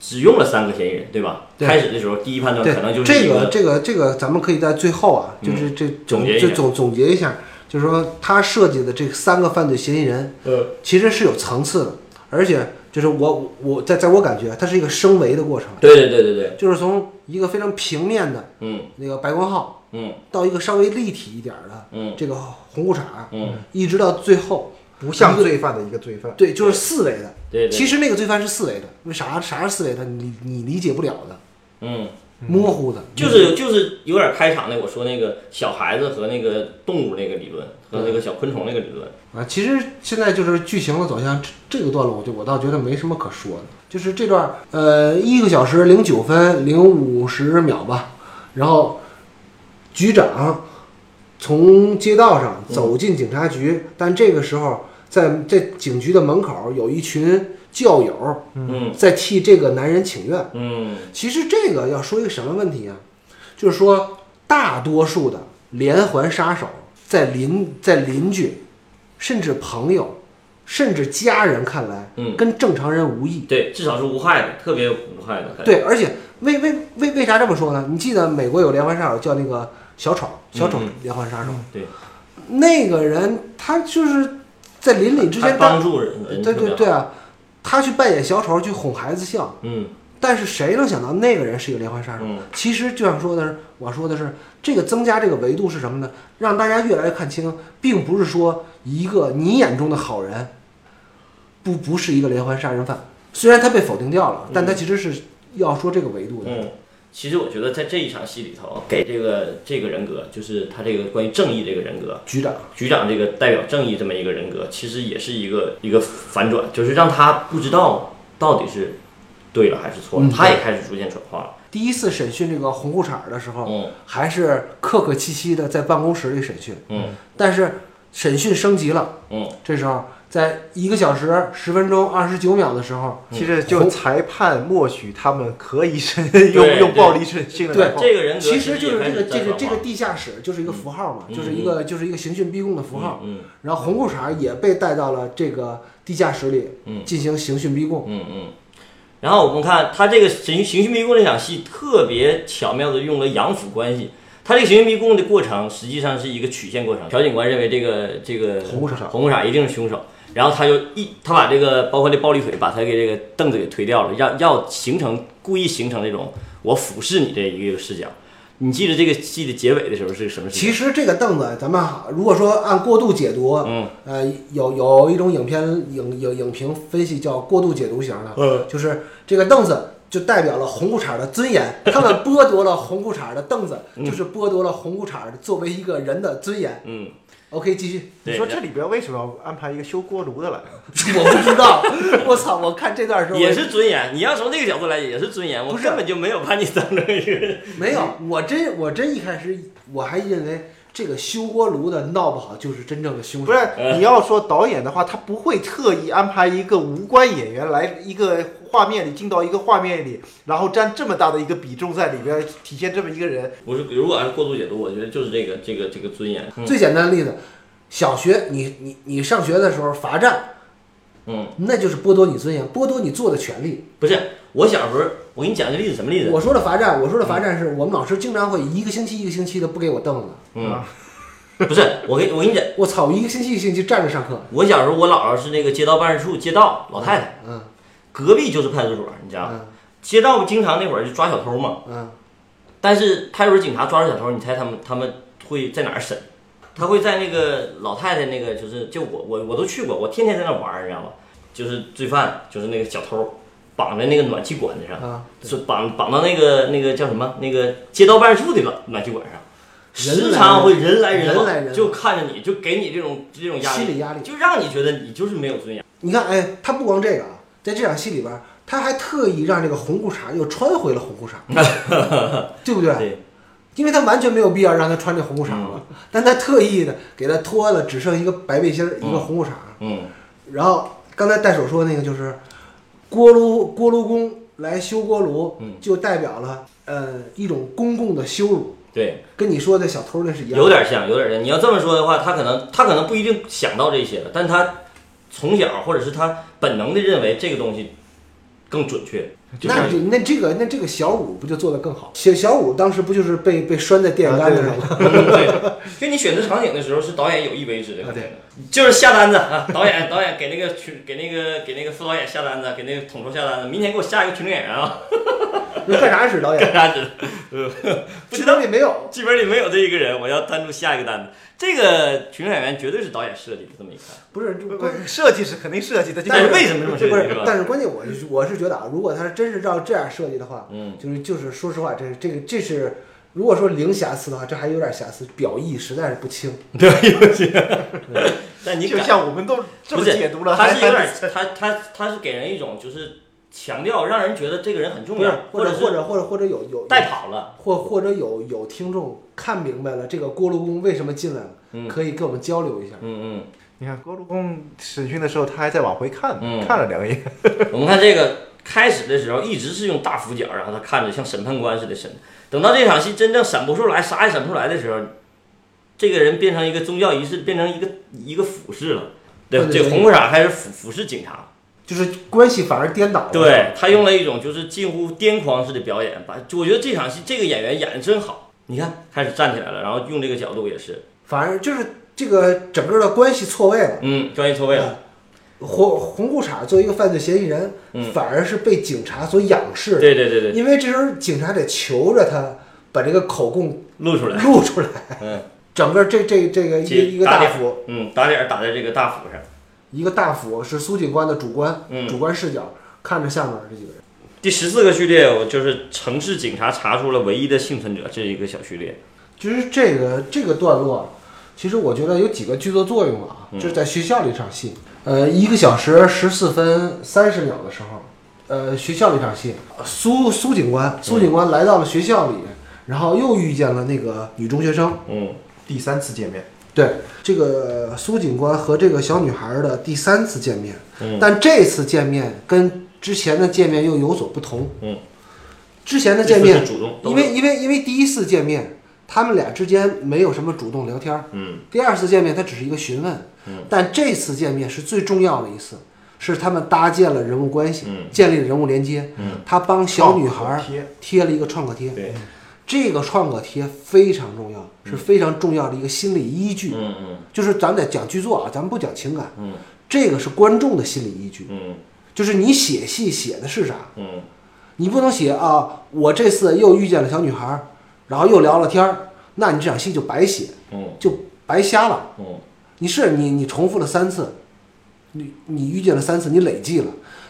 Speaker 3: 只用了三个嫌疑人，对吧？
Speaker 2: 对
Speaker 3: 开始的时候，第一判断
Speaker 2: 对
Speaker 3: 可能，就是
Speaker 2: 这
Speaker 3: 一
Speaker 2: 个这个这个，咱们可以在最后啊，
Speaker 3: 嗯
Speaker 2: 就是这
Speaker 3: 总
Speaker 2: 总
Speaker 3: 结一下
Speaker 2: 就总总结一下，就是说他设计的这三个犯罪嫌疑人
Speaker 3: 呃
Speaker 2: 其实是有层次的，而且就是我我在在我感觉，它是一个升维的过程，
Speaker 3: 对对对对对，
Speaker 2: 就是从一个非常平面的
Speaker 3: 嗯
Speaker 2: 那个白光浩，
Speaker 3: 嗯
Speaker 2: 到一个稍微立体一点儿的
Speaker 3: 嗯
Speaker 2: 这个红裤衩，
Speaker 3: 嗯，
Speaker 2: 一直到最后，
Speaker 4: 不像罪犯的一个罪犯。
Speaker 2: 对，就是四维的。
Speaker 3: 对对，
Speaker 2: 其实那个罪犯是四维的，为啥啥是四维的？你你理解不了的，
Speaker 3: 嗯。
Speaker 2: 模糊的，
Speaker 3: 就是就是有点开场那我说那个小孩子和那个动物那个理论和
Speaker 2: 嗯
Speaker 3: 那个小昆虫那个理论，
Speaker 2: 啊，其实现在就是剧情的走向，这这个段落我就我倒觉得没什么可说的，就是这段儿呃一个小时零九分零五十秒吧，然后局长从街道上
Speaker 3: 嗯
Speaker 2: 走进警察局，但这个时候在在警局的门口有一群教友
Speaker 3: 嗯
Speaker 2: 在替这个男人请愿。
Speaker 3: 嗯
Speaker 2: 其实这个要说一个什么问题啊？就是说，大多数的连环杀手在邻在邻居，甚至朋友，甚至家人看来，
Speaker 3: 嗯
Speaker 2: 跟正常人无异。
Speaker 3: 对，至少是无害的，特别无害的感觉。
Speaker 2: 对，而且为为为为啥这么说呢？你记得美国有连环杀手叫那个小丑，小丑
Speaker 3: 嗯嗯
Speaker 2: 连环杀手，
Speaker 3: 对，
Speaker 2: 那个人他就是在邻里之
Speaker 3: 还
Speaker 2: 间，
Speaker 3: 帮
Speaker 2: 他
Speaker 3: 助人，人
Speaker 2: 对
Speaker 3: 特别
Speaker 2: 对
Speaker 3: 好
Speaker 2: 对，啊，他去扮演小丑去哄孩子笑，
Speaker 3: 嗯
Speaker 2: 但是谁能想到那个人是一个连环杀手？
Speaker 3: 嗯
Speaker 2: 其实就想说的是，我说的是这个增加这个维度是什么呢？让大家越来越看清，并不是说一个你眼中的好人，不不是一个连环杀人犯。虽然他被否定掉了，但他其实是要说这个维度的。
Speaker 3: 嗯。其实我觉得在这一场戏里头，给这个这个人格，就是他这个关于正义这个人格，
Speaker 2: 局长，
Speaker 3: 局长这个代表正义这么一个人格，其实也是一个一个反转，就是让他不知道到底是对了还是错了，
Speaker 2: 嗯
Speaker 3: 他也开始逐渐转化了。
Speaker 2: 第一次审讯这个红裤衩儿的时候，
Speaker 3: 嗯
Speaker 2: 还是客客气气的在办公室里审讯，
Speaker 3: 嗯
Speaker 2: 但是审讯升级了，
Speaker 3: 嗯，
Speaker 2: 这时候在一个小时十分钟二十九秒的时候，
Speaker 4: 其实就裁判默许他们可以审 用
Speaker 3: 对
Speaker 4: 用暴力审讯了
Speaker 2: 对
Speaker 4: 然后
Speaker 3: 这个人格
Speaker 2: 其实就是
Speaker 3: 也开
Speaker 2: 这个
Speaker 3: 始在
Speaker 2: 这个
Speaker 3: 转
Speaker 2: 这
Speaker 3: 化
Speaker 2: 个地下室就是一个符号嘛，
Speaker 3: 嗯
Speaker 2: 就是一个就是一个刑讯逼供的符号。
Speaker 3: 嗯
Speaker 2: 然后红裤衩也被带到了这个地下室里
Speaker 3: 嗯
Speaker 2: 进行刑讯逼供。
Speaker 3: 嗯嗯。然后我们看他这个刑刑讯逼供这场戏特别巧妙的用了养父关系，他这个刑讯逼供的过程实际上是一个曲线过程。朴警官认为这个这个
Speaker 2: 红裤嗯衩
Speaker 3: 红裤衩一定是凶手，然后他就一他把这个包括这暴力腿把他给这个凳子给推掉了，要要形成故意形成这种我俯视你这一个视角。你记得这个戏的结尾的时候是什么事情？
Speaker 2: 其实这个凳子，咱们如果说按过度解读，
Speaker 3: 嗯，
Speaker 2: 呃，有有一种影片影影影评分析叫过度解读型的，
Speaker 3: 嗯，
Speaker 2: 就是这个凳子就代表了红裤衩的尊严，他们剥夺了红裤衩的凳子，就是剥夺了红裤衩作为一个人的尊严。
Speaker 3: 嗯，
Speaker 2: OK，继续，
Speaker 3: 对
Speaker 4: 你说这里边为什么要安排一个修锅炉的来？
Speaker 2: 我不知道， 我操，我看这段时候我
Speaker 3: 也是尊严。你要从这个角度来，也是尊严。我
Speaker 2: 不是
Speaker 3: 根本就没有把你当成一个人。
Speaker 2: 没有，我真我真一开始我还认为这个修锅炉的闹不好就是真正的凶手，
Speaker 4: 不是你要说导演的话，他不会特意安排一个无关演员来一个画面里进到一个画面里，然后占这么大的一个比重在里边，体现这么一个 人。
Speaker 3: 我是如果按过度解读，我觉得就是这个这个这个尊严。嗯
Speaker 2: 最简单的例子，小学你你你上学的时候罚站，
Speaker 3: 嗯，
Speaker 2: 那就是剥夺你尊严，剥夺你做的权利。
Speaker 3: 不是，我小时候我给你讲个例子，什么例子？
Speaker 2: 我说的罚站，我说的
Speaker 3: 嗯
Speaker 2: 罚站是我们老师经常会一个星期一个星期的不给我凳子，
Speaker 3: 嗯
Speaker 4: 啊，
Speaker 3: 不是，我给我给你讲，
Speaker 2: 我操，我一个星期一个星期站着上课，
Speaker 3: 我小时候我姥姥是那个街道办事处街道老太太，
Speaker 2: 嗯
Speaker 3: 隔壁就是派出所，你知道吗？
Speaker 2: 嗯
Speaker 3: 街道不经常那会儿就抓小偷嘛，
Speaker 2: 嗯，
Speaker 3: 但是派出所警察抓住小偷，你猜他们他们会在哪儿审？他会在那个老太太那个，就是就我我我都去过，我天天在那玩儿，你知道吗？就是罪犯，就是那个小偷，绑在那个暖气管子上，
Speaker 2: 啊，
Speaker 3: 是绑绑到那个那个叫什么那个街道办事处的暖暖气管上，时
Speaker 2: 人来
Speaker 3: 常会人来人
Speaker 2: 人
Speaker 3: 往，
Speaker 2: 来人往
Speaker 3: 就看着你就给你这种这种压
Speaker 2: 心
Speaker 3: 力，
Speaker 2: 理压力。
Speaker 3: 就让你觉得你就是没有尊严。
Speaker 2: 你看，哎，他不光这个啊，在这场戏里边儿，他还特意让这个红裤衩又穿回了红裤衩， 对不对？
Speaker 3: 对，嗯
Speaker 2: 因为他完全没有必要让他穿这红裤衩了，但他特意的给他脱了，只剩一个白背心儿，一个红裤衩。
Speaker 3: 嗯，
Speaker 2: 然后刚才袋鼠说那个就是锅炉锅炉工来修锅炉，
Speaker 3: 嗯
Speaker 2: 就代表了呃一种公共的羞辱，
Speaker 3: 对。
Speaker 2: 跟你说的小偷那是一样的。
Speaker 3: 有点像，有点像。你要这么说的话，他可能他可能不一定想到这些了，但他从小或者是他本能的认为这个东西更准确。就
Speaker 2: 那
Speaker 3: 是
Speaker 2: 这那这个那这个小五不就做得更好？小小五当时不就是被被拴在电线杆子上吗？
Speaker 3: 啊对，就你选择场景的时候是导演有意为之的，可能就是下单子啊，导演导演给那个群给那个给那个副导演下单子，给那个统筹下单子，明天给我下一个群众演员啊，
Speaker 2: 那干啥使导演？
Speaker 3: 干啥子？呃不
Speaker 2: 剧
Speaker 3: 知道
Speaker 2: 本里没有。
Speaker 3: 剧本里没有这一个人，我要单独下一个单子。这个群众演员绝对是导演设计的，这么一看，
Speaker 2: 不是，
Speaker 4: 不
Speaker 2: 这
Speaker 4: 不设计是肯定设计的，就
Speaker 3: 但是
Speaker 4: 是
Speaker 3: 为什么这么设
Speaker 2: 不
Speaker 3: 计是
Speaker 2: 是，
Speaker 3: 吧？
Speaker 2: 但是关键我是我是觉得啊，如果他真是照这样设计的话，
Speaker 3: 嗯，
Speaker 2: 就是就是说实话，这这个这是如果说零瑕疵的话，这还有点瑕疵，表意实在是不清。
Speaker 3: 对，有 些，但你
Speaker 4: 就
Speaker 3: 感
Speaker 4: 像我们都这
Speaker 3: 不
Speaker 4: 么
Speaker 3: 是
Speaker 4: 解读了，
Speaker 3: 他
Speaker 4: 还
Speaker 3: 是有点
Speaker 4: 还，
Speaker 3: 他他他是给人一种就是强调，让人觉得这个人很重
Speaker 2: 不是
Speaker 3: 要，，
Speaker 2: 或者
Speaker 3: 者
Speaker 2: 或
Speaker 3: 是
Speaker 2: 者或者或者有有
Speaker 3: 带跑了。
Speaker 2: 或或者有有听众看明白了这个锅炉工为什么进来了，
Speaker 3: 嗯
Speaker 2: 可以跟我们交流一下。
Speaker 3: 嗯
Speaker 4: 你看锅炉工审讯的时候，他还在往回看，
Speaker 3: 嗯
Speaker 4: 看了两眼。
Speaker 3: 嗯， 我们看这个开始的时候一直是用大俯角，然后他看着像审判官似的审。等到这场戏真正审不出来，啥也审不出来的时候，这个人变成一个宗教仪式，变成一个一个俯视了。对，
Speaker 2: 对对
Speaker 3: 这
Speaker 2: 对
Speaker 3: 红裤衩开始俯俯视警察。
Speaker 2: 就是关系反而颠倒了。
Speaker 3: 对他用了一种就是近乎癫狂式的表演，把就我觉得这场戏这个演员演的真好。你看，开始站起来了，然后用这个角度也是，
Speaker 2: 反而就是这个整个的关系错位了。
Speaker 3: 嗯，专业错位了。
Speaker 2: 红红裤衩作为一个犯罪嫌疑人，
Speaker 3: 嗯
Speaker 2: 反而是被警察所仰视的。
Speaker 3: 对对对对，
Speaker 2: 因为这时候警察得求着他把这个口供
Speaker 3: 露出来。
Speaker 2: 录出来，
Speaker 3: 嗯
Speaker 2: 整个这这这个一
Speaker 3: 这
Speaker 2: 一个
Speaker 3: 打
Speaker 2: 大
Speaker 3: 脸
Speaker 2: 幅，
Speaker 3: 嗯，打脸打在这个大斧上。
Speaker 2: 一个大幅是苏警官的主观、
Speaker 3: 嗯
Speaker 2: 主观视角看着下面这几个人，
Speaker 3: 第十四个序列，我就是城市警察查出了唯一的幸存者，这一个小序列。
Speaker 2: 其实这个这个段落啊，其实我觉得有几个剧作作用啊，就是在学校里一场戏，呃，一个小时十四分三十秒的时候，呃，学校里一场戏，苏苏警官苏警官来到了学校里，然后又遇见了那个女中学生，
Speaker 3: 嗯
Speaker 4: 第三次见面，
Speaker 2: 对，这个苏警官和这个小女孩儿的第三次见面，
Speaker 3: 嗯
Speaker 2: 但这次见面跟之前的见面又有所不同。
Speaker 3: 嗯，
Speaker 2: 之前的见面
Speaker 3: 这次是主动，
Speaker 2: 因为因为因为第一次见面，他们俩之间没有什么主动聊天儿。
Speaker 3: 嗯
Speaker 2: 第二次见面，他只是一个询问。
Speaker 3: 嗯，
Speaker 2: 但这次见面是最重要的一次，是他们搭建了人物关系，
Speaker 3: 嗯
Speaker 2: 建立了人物连接。
Speaker 3: 嗯，
Speaker 2: 他帮小女孩儿
Speaker 4: 贴
Speaker 2: 贴了一个创可贴。
Speaker 3: 对，
Speaker 2: 这个创可贴非常重要，是非常重要的一个心理依据。
Speaker 3: 嗯嗯
Speaker 2: 就是咱们得讲剧作啊，咱们不讲情感，
Speaker 3: 嗯
Speaker 2: 这个是观众的心理依据。
Speaker 3: 嗯
Speaker 2: 就是你写戏写的是啥？
Speaker 3: 嗯
Speaker 2: 你不能写啊，我这次又遇见了小女孩儿，然后又聊了天儿，那你这场戏就白写，
Speaker 3: 嗯
Speaker 2: 就白瞎了。
Speaker 3: 嗯
Speaker 2: 你是你你重复了三次，你你遇见了三次，你累计了，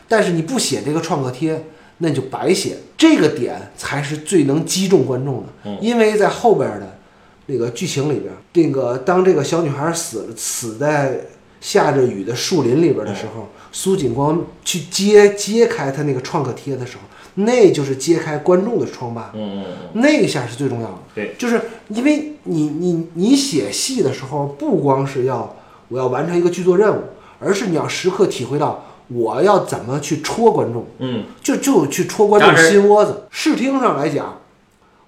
Speaker 2: 但是你不写这个创可贴，那你就白写。这个点才是最能击中观众的
Speaker 3: 嗯，
Speaker 2: 因为在后边的那个剧情里边，那个当这个小女孩死死在下着雨的树林里边的时
Speaker 3: 嗯
Speaker 2: 候，苏锦光去揭揭开她那个创可贴的时候，那就是揭开观众的疮疤。
Speaker 3: 嗯嗯，
Speaker 2: 那一下是最重要的。
Speaker 3: 对，
Speaker 2: 就是因为你你你写戏的时候，不光是要我要完成一个剧作任务，而是你要时刻体会到我要怎么去戳观众，
Speaker 3: 嗯
Speaker 2: 就就去戳观众
Speaker 3: 扎针
Speaker 2: 心窝子。视听上来讲，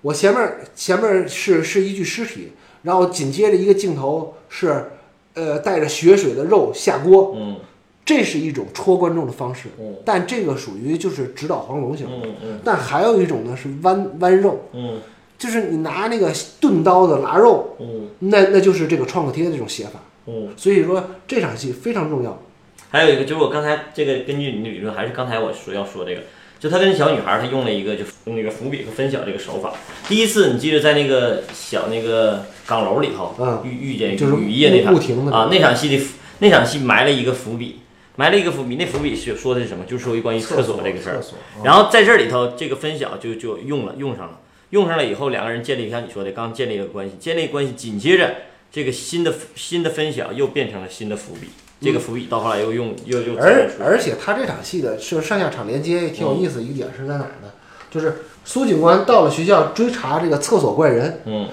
Speaker 2: 我前面前面是是一具尸体，然后紧接着一个镜头是呃带着血水的肉下锅，
Speaker 3: 嗯
Speaker 2: 这是一种戳观众的方式
Speaker 3: 嗯，
Speaker 2: 但这个属于就是指导黄龙型的。
Speaker 3: 嗯嗯
Speaker 2: 但还有一种呢是弯弯肉。
Speaker 3: 嗯
Speaker 2: 就是你拿那个钝刀的剌肉，
Speaker 3: 嗯
Speaker 2: 那那就是这个创可贴的这种写法。
Speaker 3: 嗯。
Speaker 2: 所以说这场戏非常重要。
Speaker 3: 还有一个就是我刚才这个根据你的理论，还是刚才我说要说这个，就他跟小女孩儿，他用了一个就那个伏笔和分晓这个手法。第一次你记得在那个小那个岗楼里头，
Speaker 2: 嗯
Speaker 3: 遇遇见
Speaker 2: 就是
Speaker 3: 雨夜那
Speaker 2: 木亭
Speaker 3: 场
Speaker 2: 的
Speaker 3: 啊，那场戏的那场戏埋了一个伏笔，埋了一个伏笔，那伏笔是说的是什么？就是说关于厕所这个事儿
Speaker 4: 厕。所，
Speaker 3: 然后在这里头，这个分晓就就用了，用上了，用上了以后，两个人建立像你说的，刚建立了关系，建立关系，紧接着这个新的新的分晓又变成了新的伏笔，这个伏笔到后来又用又又
Speaker 2: 而
Speaker 3: 再出
Speaker 2: 而且他这场戏的是上下场连接也挺有意思，一个点是在哪
Speaker 3: 嗯
Speaker 2: 儿呢？就是苏警官到了学校追查这个厕所怪人，
Speaker 3: 嗯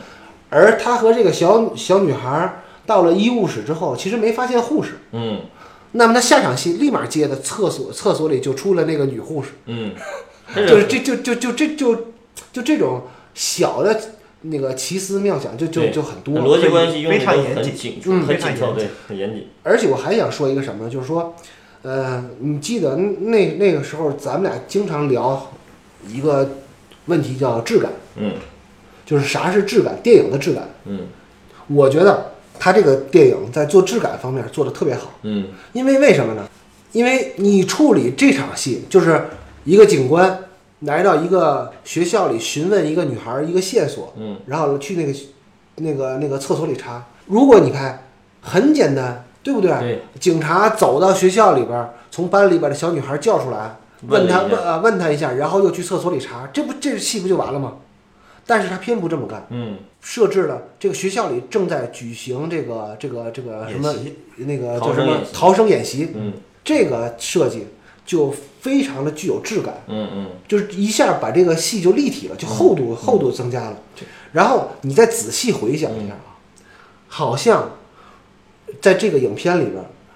Speaker 2: 而他和这个小小女孩儿到了医务室之后，其实没发现护士。
Speaker 3: 嗯
Speaker 2: 那么他下场戏立马接的厕所，厕所里就出了那个女护士。
Speaker 3: 嗯，
Speaker 2: 就是这就就就这就就这种小的那个奇思妙想就就
Speaker 3: 对
Speaker 2: 就很多。
Speaker 3: 逻辑关系用的
Speaker 4: 非常
Speaker 3: 都
Speaker 4: 严
Speaker 3: 很
Speaker 4: 谨
Speaker 3: 紧
Speaker 4: 嗯
Speaker 3: 很
Speaker 4: 非常
Speaker 3: 紧凑，
Speaker 4: 严
Speaker 3: 对，很严谨，
Speaker 2: 而且我还想说一个什么呢，就是说，呃，你记得那那个时候咱们俩经常聊一个问题叫质感，
Speaker 3: 嗯
Speaker 2: 就是啥是质感，电影的质感。
Speaker 3: 嗯
Speaker 2: 我觉得他这个电影在做质感方面做的特别好。
Speaker 3: 嗯
Speaker 2: 因为为什么呢？因为你处理这场戏，就是一个警官来到一个学校里询问一个女孩儿一个线索，
Speaker 3: 嗯，
Speaker 2: 然后去那个那个那个厕所里查。如果你看，很简单，对不对？
Speaker 3: 对
Speaker 2: 警察走到学校里边儿，从班里边的小女孩叫出来，问
Speaker 3: 问了
Speaker 2: 她问
Speaker 3: 一下
Speaker 2: 呃问她一下，然后又去厕所里查，这不这戏不就完了吗？但是他偏不这么干，
Speaker 3: 嗯
Speaker 2: 设置了这个学校里正在举行这个这个这个什么
Speaker 4: 演习
Speaker 2: 那个
Speaker 3: 逃
Speaker 2: 叫
Speaker 3: 生
Speaker 2: 什么
Speaker 3: 演习
Speaker 2: 逃生演习，
Speaker 3: 嗯
Speaker 2: 这个设计就非常的具有质感，
Speaker 3: 嗯嗯
Speaker 2: 就是一下把这个戏就立体了，就厚度、厚度增加了。然后你再仔细回想
Speaker 3: 嗯
Speaker 2: 一下啊，好像在这个影片里边，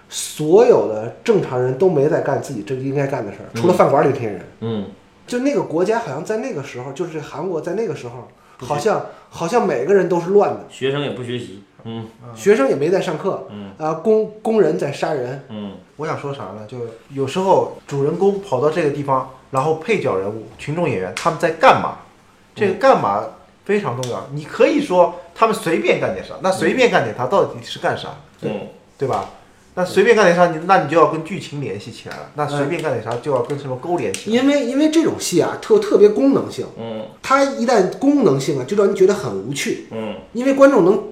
Speaker 2: 所有的正常人都没在干自己这应该干的事儿，除了饭馆里那些人。
Speaker 3: 嗯
Speaker 2: 就那个国家好像在那个时候，就是韩国在那个时候，好像好像每个人都是乱的，
Speaker 3: 学生也不学习，嗯
Speaker 2: 学生也没在上课，啊，工工人在杀人，
Speaker 3: 嗯
Speaker 4: 我想说啥呢？就有时候主人公跑到这个地方，然后配角人物、群众演员他们在干嘛？这
Speaker 2: 嗯
Speaker 4: 个干嘛非常重要。你可以说他们随便干点啥，那
Speaker 2: 嗯
Speaker 4: 随便干点啥到底是干啥，
Speaker 3: 嗯
Speaker 4: 对吧？那随便干点啥，你那你就要跟剧情联系起来了。那随便干点啥就要跟什么勾连起
Speaker 2: 嗯
Speaker 4: 来。
Speaker 2: 因为因为这种戏啊，特特别功能性，
Speaker 3: 嗯
Speaker 2: 它一旦功能性啊，就让人觉得很无趣，
Speaker 3: 嗯
Speaker 2: 因为观众能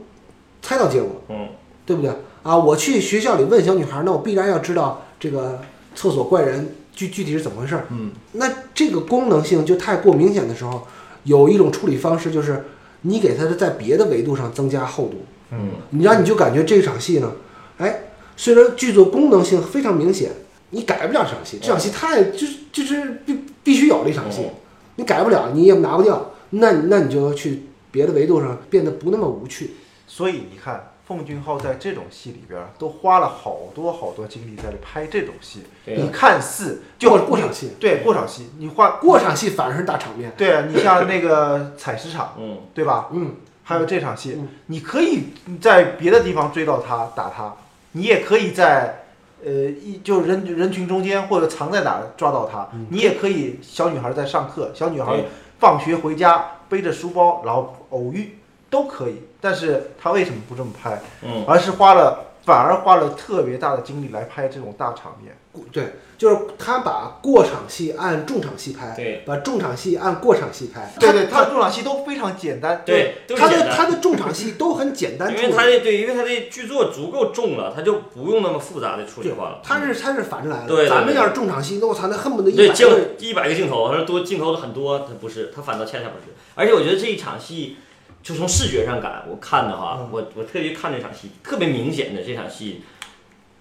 Speaker 2: 猜到结果，
Speaker 3: 嗯
Speaker 2: 对不对啊？我去学校里问小女孩，那我必然要知道这个厕所怪人具具体是怎么回事。嗯，那这个功能性就太过明显的时候，有一种处理方式就是你给它的在别的维度上增加厚度，
Speaker 3: 嗯
Speaker 2: 你让你就感觉这场戏呢，哎，虽然剧作功能性非常明显，你改不了这场戏，这场戏太就是就是必必须有的一场戏
Speaker 3: 嗯，
Speaker 2: 你改不了，你也拿不掉，那那你就去别的维度上变得不那么无趣。
Speaker 4: 所以你看，奉俊昊在这种戏里边儿都花了好多好多精力在拍这种戏。
Speaker 3: 对
Speaker 4: 你看似就
Speaker 2: 啊过过场戏，
Speaker 4: 对过场戏，你花
Speaker 2: 过场戏反而是大场面，
Speaker 4: 对啊，你像那个采石场，
Speaker 3: 嗯
Speaker 4: 对吧？
Speaker 2: 嗯，
Speaker 4: 还有这场戏
Speaker 2: 嗯，
Speaker 4: 你可以在别的地方追到他打他，你也可以在呃一就人人群中间或者
Speaker 2: 嗯
Speaker 4: 藏在哪儿抓到他，你也可以小女孩在上课，小女孩
Speaker 3: 对
Speaker 4: 放学回家背着书包，然后偶遇都可以。但是他为什么不这么拍？
Speaker 3: 嗯，
Speaker 4: 而是花了，反而花了特别大的精力来拍这种大场面。
Speaker 2: 对，就是他把过场戏按重场戏拍，
Speaker 3: 对，
Speaker 2: 把重场戏按过场戏拍。
Speaker 4: 对对，他的重场戏都非常简单。
Speaker 3: 对，都是
Speaker 2: 他
Speaker 3: 简
Speaker 2: 的
Speaker 3: 单
Speaker 2: 他的重场戏都很简单
Speaker 3: 因
Speaker 2: 处
Speaker 3: 为
Speaker 2: 理
Speaker 3: 他，的对，因为他的剧作足够重了，他就不用那么复杂的处理
Speaker 2: 对
Speaker 3: 化了。嗯
Speaker 2: 他是他是反着来的。
Speaker 3: 对对对
Speaker 2: 咱们要是重场戏，那我操，那恨不得一
Speaker 3: 对
Speaker 2: 百个人
Speaker 3: 镜一百个镜头，他说多镜头很多，他不是，他反倒恰恰不是。而且我觉得这一场戏，就从视觉上感，我看的
Speaker 2: 嗯
Speaker 3: 哈，我我特别看这场戏，特别明显的这场戏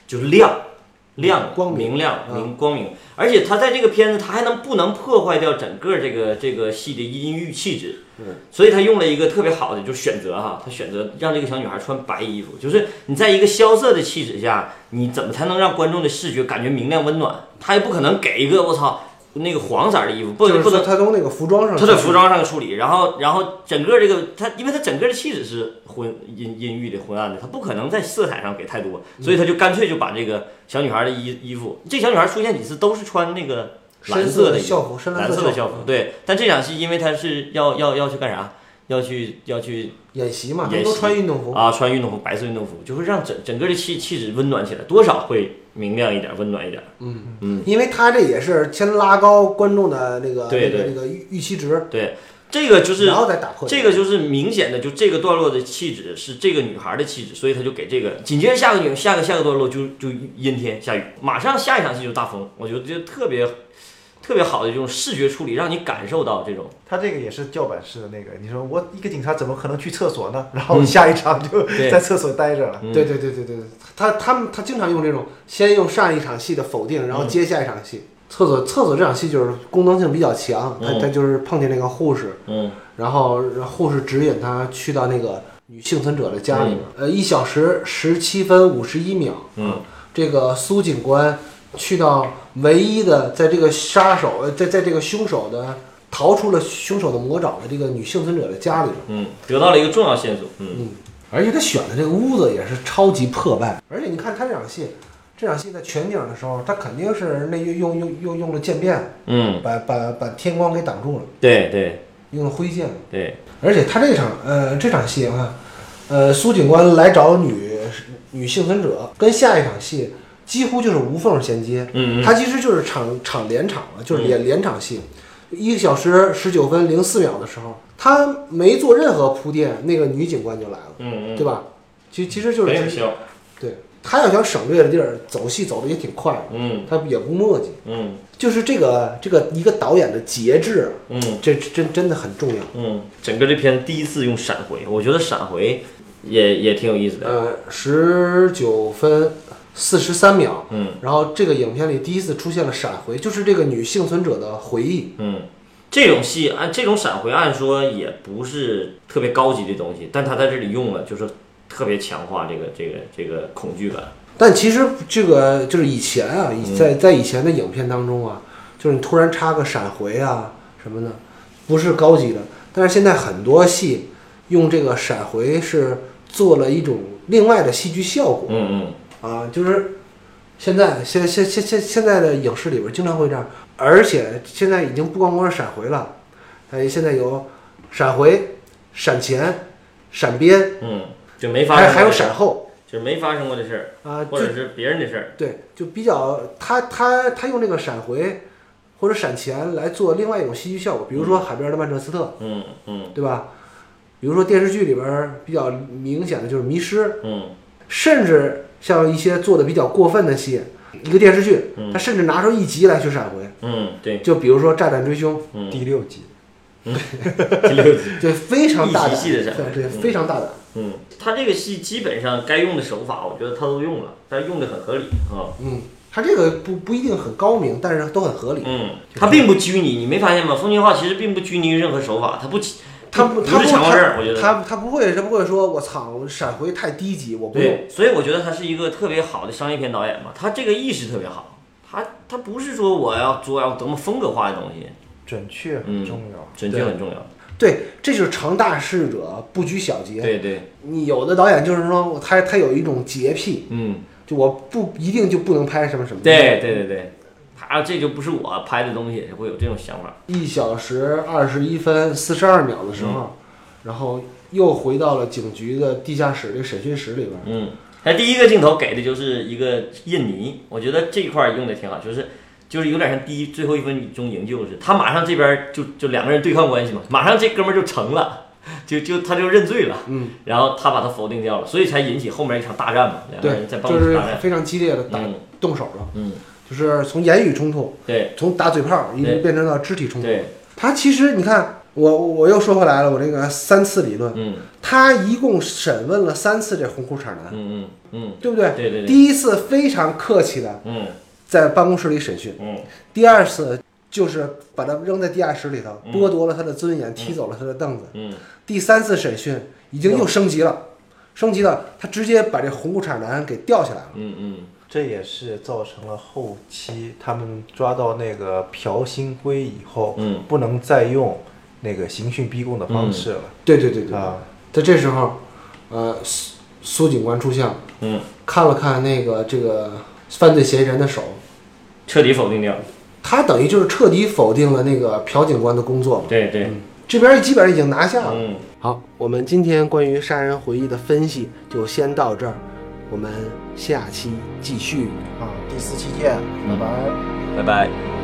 Speaker 3: 就是亮亮
Speaker 2: 光明
Speaker 3: 明亮
Speaker 2: 嗯
Speaker 3: 明光明，而且他在这个片子，他还能不能破坏掉整个这个这个戏的阴郁气质？所以他用了一个特别好的，就是选择哈，他选择让这个小女孩穿白衣服，就是你在一个萧瑟的气质下，你怎么才能让观众的视觉感觉明亮温暖？他也不可能给一个我操那个黄色儿的衣服，不
Speaker 2: 就是
Speaker 3: 不
Speaker 2: 说
Speaker 3: 能
Speaker 2: 他从那个服装上，
Speaker 3: 他在服装上的处理，然后然后整个这个他，因为他整个的气质是昏阴阴郁的、昏暗的，他不可能在色彩上给太多，所以他就干脆就把这个小女孩的衣衣服，这小女孩出现几次都是穿那个蓝
Speaker 2: 深色
Speaker 3: 的衣服
Speaker 2: 校服，深
Speaker 3: 蓝色
Speaker 2: 色
Speaker 3: 的校服，对。但这场戏因为他是要要要去干啥？要去要去
Speaker 2: 演习嘛，他们
Speaker 3: 演
Speaker 2: 都
Speaker 3: 习
Speaker 2: 穿运动服。
Speaker 3: 啊，穿运动服，白色运动服，就会让整整个的气气质温暖起来，多少会明亮一点，温暖一点。嗯
Speaker 2: 因为他这也是先拉高观众的那个
Speaker 3: 对
Speaker 2: 那个
Speaker 3: 对
Speaker 2: 那个预预期值，
Speaker 3: 对，这个就是
Speaker 2: 然后再打破
Speaker 3: 这个就是明显的，就这个段落的气质是这个女孩的气质，所以他就给这个。紧接着下个女下个下个段落就就阴天下雨，马上下一场戏就大风，我觉得就特别特别好的这种视觉处理，让你感受到这种
Speaker 4: 他这个也是叫板式的那个，你说我一个警察怎么可能去厕所呢？ 然后下一场就
Speaker 3: 嗯对
Speaker 4: 在厕所待着了。
Speaker 3: 嗯
Speaker 2: 对对对对对，对他他们他经常用这种，先用上一场戏的否定，然
Speaker 3: 嗯
Speaker 2: 后接下一场戏。厕所厕所这场戏就是功能性比较强，他
Speaker 3: 嗯
Speaker 2: 他就是碰见那个护士，
Speaker 3: 嗯
Speaker 2: 然后然后护士指引他去到那个女幸存者的家里面。呃，一小时十七分五十一秒，
Speaker 3: 嗯，
Speaker 2: 这个苏警官去到唯一的在这个杀手呃在在这个凶手的逃出了凶手的魔爪的这个女幸存者的家里面。
Speaker 3: 嗯，得到了一个重要线索，嗯
Speaker 2: 而且他选的这个屋子也是超级破败，而且你看他这场戏，这场戏在全景的时候，他肯定是那用用用用用了渐变，
Speaker 3: 嗯，
Speaker 2: 把把把天光给挡住了，
Speaker 3: 对对
Speaker 2: 用了灰剑。
Speaker 3: 对，
Speaker 2: 而且他这场呃这场戏啊，呃苏警官来找女女幸存者，跟下一场戏几乎就是无缝衔接。
Speaker 3: 嗯嗯嗯
Speaker 2: 它其实就是场场连场了，就是连连场戏。一个小时十九分零四秒的时候，他没做任何铺垫，那个女警官就来了。
Speaker 3: 嗯嗯，
Speaker 2: 对吧？其其实就是
Speaker 3: 很有
Speaker 2: 直
Speaker 3: 效，
Speaker 2: 对他要想省略的地儿，走戏走的也挺快的，
Speaker 3: 嗯
Speaker 2: 他也不墨迹。
Speaker 3: 嗯
Speaker 2: 就是这个这个一个导演的节制，啊
Speaker 3: 嗯。
Speaker 2: 这这真真的很重要。
Speaker 3: 嗯，整个这片第一次用闪回，我觉得闪回也也挺有意思的。
Speaker 2: 呃，十九分四十三秒，
Speaker 3: 嗯
Speaker 2: 然后这个影片里第一次出现了闪回，就是这个女幸存者的回忆。
Speaker 3: 嗯，这种戏按这种闪回，按说也不是特别高级的东西，但他在这里用了，就是特别强化这个这个这个恐惧感。
Speaker 2: 但其实这个就是以前啊，
Speaker 3: 嗯
Speaker 2: 以在在以前的影片当中啊，就是你突然插个闪回啊什么的，不是高级的。但是现在很多戏用这个闪回是做了一种另外的戏剧效果
Speaker 3: 嗯
Speaker 2: 啊，就是现在现现现现现在的影视里边经常会这样，而且现在已经不光光是闪回了，哎，现在有闪回、闪前、闪边，
Speaker 3: 嗯嗯，就没发生
Speaker 2: 还
Speaker 3: 过
Speaker 2: 还有
Speaker 3: 这事儿
Speaker 2: 闪后
Speaker 3: 就是没发生过的事儿，
Speaker 2: 啊，
Speaker 3: 或
Speaker 2: 就
Speaker 3: 者是别人的事儿。
Speaker 2: 对，就比较他他他用这个闪回或者闪前来做另外一种戏剧效果，比如说《海边的曼彻斯特
Speaker 3: 嗯嗯》，
Speaker 2: 对吧？比如说电视剧里边儿比较明显的就是迷失，
Speaker 3: 嗯
Speaker 2: 甚至像一些做的比较过分的戏，一个电视剧，他甚至拿出一集来去闪回，
Speaker 3: 嗯，对，
Speaker 2: 就比如说《炸弹追凶
Speaker 3: 嗯，
Speaker 4: 第六集，
Speaker 3: 第六集。》，
Speaker 2: 对，非常大胆，
Speaker 3: 一集戏的闪回
Speaker 2: 对，对
Speaker 3: 嗯
Speaker 2: 非常大胆。
Speaker 3: 嗯，他这个戏基本上该用的手法，我觉得他都用了，但是用的很合理啊。
Speaker 2: 嗯，他这个不不一定很高明，但是都很合理。
Speaker 3: 嗯，他并不拘泥，你没发现吗？风景画其实并不拘泥于任何手法，他不拘，
Speaker 2: 他
Speaker 3: 不
Speaker 2: 他
Speaker 3: 不
Speaker 2: 不
Speaker 3: 是强迫症，我觉
Speaker 2: 他
Speaker 3: 得。
Speaker 2: 他他不会他不会说我操我闪回太低级，我不用。
Speaker 3: 对，所以我觉得他是一个特别好的商业片导演嘛，他这个意识特别好，他他不是说我要做要多么风格化的东西，
Speaker 4: 准确很
Speaker 3: 嗯
Speaker 4: 重要。
Speaker 3: 准确很重要。
Speaker 2: 对，这就是成大事者不拘小节。
Speaker 3: 对对，
Speaker 2: 你有的导演就是说，他他有一种洁癖，
Speaker 3: 嗯，
Speaker 2: 就我不一定就不能拍什么什么。
Speaker 3: 对对对对，啊，这就不是我拍的东西，会有这种想法。
Speaker 2: 一小时二十一分四十二秒的时候，
Speaker 3: 嗯
Speaker 2: 然后又回到了警局的地下室的审讯室里边儿。
Speaker 3: 嗯，那第一个镜头给的就是一个印尼，我觉得这一块儿用的挺好，就是就是有点像第一最后一分钟营救似的，他马上这边儿就就两个人对抗关系嘛，马上这哥们儿就成了，就就他就认罪了，嗯，然后他把他否定掉了，所以才引起后面一场大战嘛，两个人
Speaker 2: 对
Speaker 3: 在，办
Speaker 2: 就
Speaker 3: 公室
Speaker 2: 是
Speaker 3: 大战，
Speaker 2: 非常激烈的打、
Speaker 3: 嗯
Speaker 2: 动手了，
Speaker 3: 嗯，
Speaker 2: 就是从言语冲突，
Speaker 3: 对
Speaker 2: 从打嘴炮一
Speaker 3: 对
Speaker 2: 直变成到肢体冲突。
Speaker 3: 对，
Speaker 2: 他其实你看，我我又说回来了，我这个三次理论，
Speaker 3: 嗯
Speaker 2: 他一共审问了三次这红裤衩男，
Speaker 3: 嗯嗯嗯
Speaker 2: 对不对？
Speaker 3: 对对对
Speaker 2: 第一次非常客气的
Speaker 3: 嗯
Speaker 2: 在办公室里审讯，
Speaker 3: 嗯
Speaker 2: 第二次就是把他扔在地下室里头，剥夺了他的尊严，踢走了他的凳子。
Speaker 3: 嗯，
Speaker 2: 第三次审讯已经又升级了，升级了，他直接把这红裤衩男给吊起来了。
Speaker 3: 嗯嗯，
Speaker 4: 这也是造成了后期他们抓到那个朴新圭以后，
Speaker 3: 嗯，
Speaker 4: 不能再用那个刑讯逼供的方式了、
Speaker 2: 对对
Speaker 3: 嗯
Speaker 2: 对对，
Speaker 4: 啊。
Speaker 2: 在这时候，呃，苏苏警官出现了，
Speaker 3: 嗯，
Speaker 2: 看了看那个这个犯罪嫌疑人的手，
Speaker 3: 彻底否定掉，
Speaker 2: 他等于就是彻底否定了那个朴警官的工作嘛。
Speaker 3: 对对，
Speaker 2: 这边基本上已经拿下了。
Speaker 3: 嗯，
Speaker 2: 好，我们今天关于杀人回忆的分析就先到这儿，我们下期继续。
Speaker 4: 啊，第四期见，拜拜。
Speaker 3: 拜拜。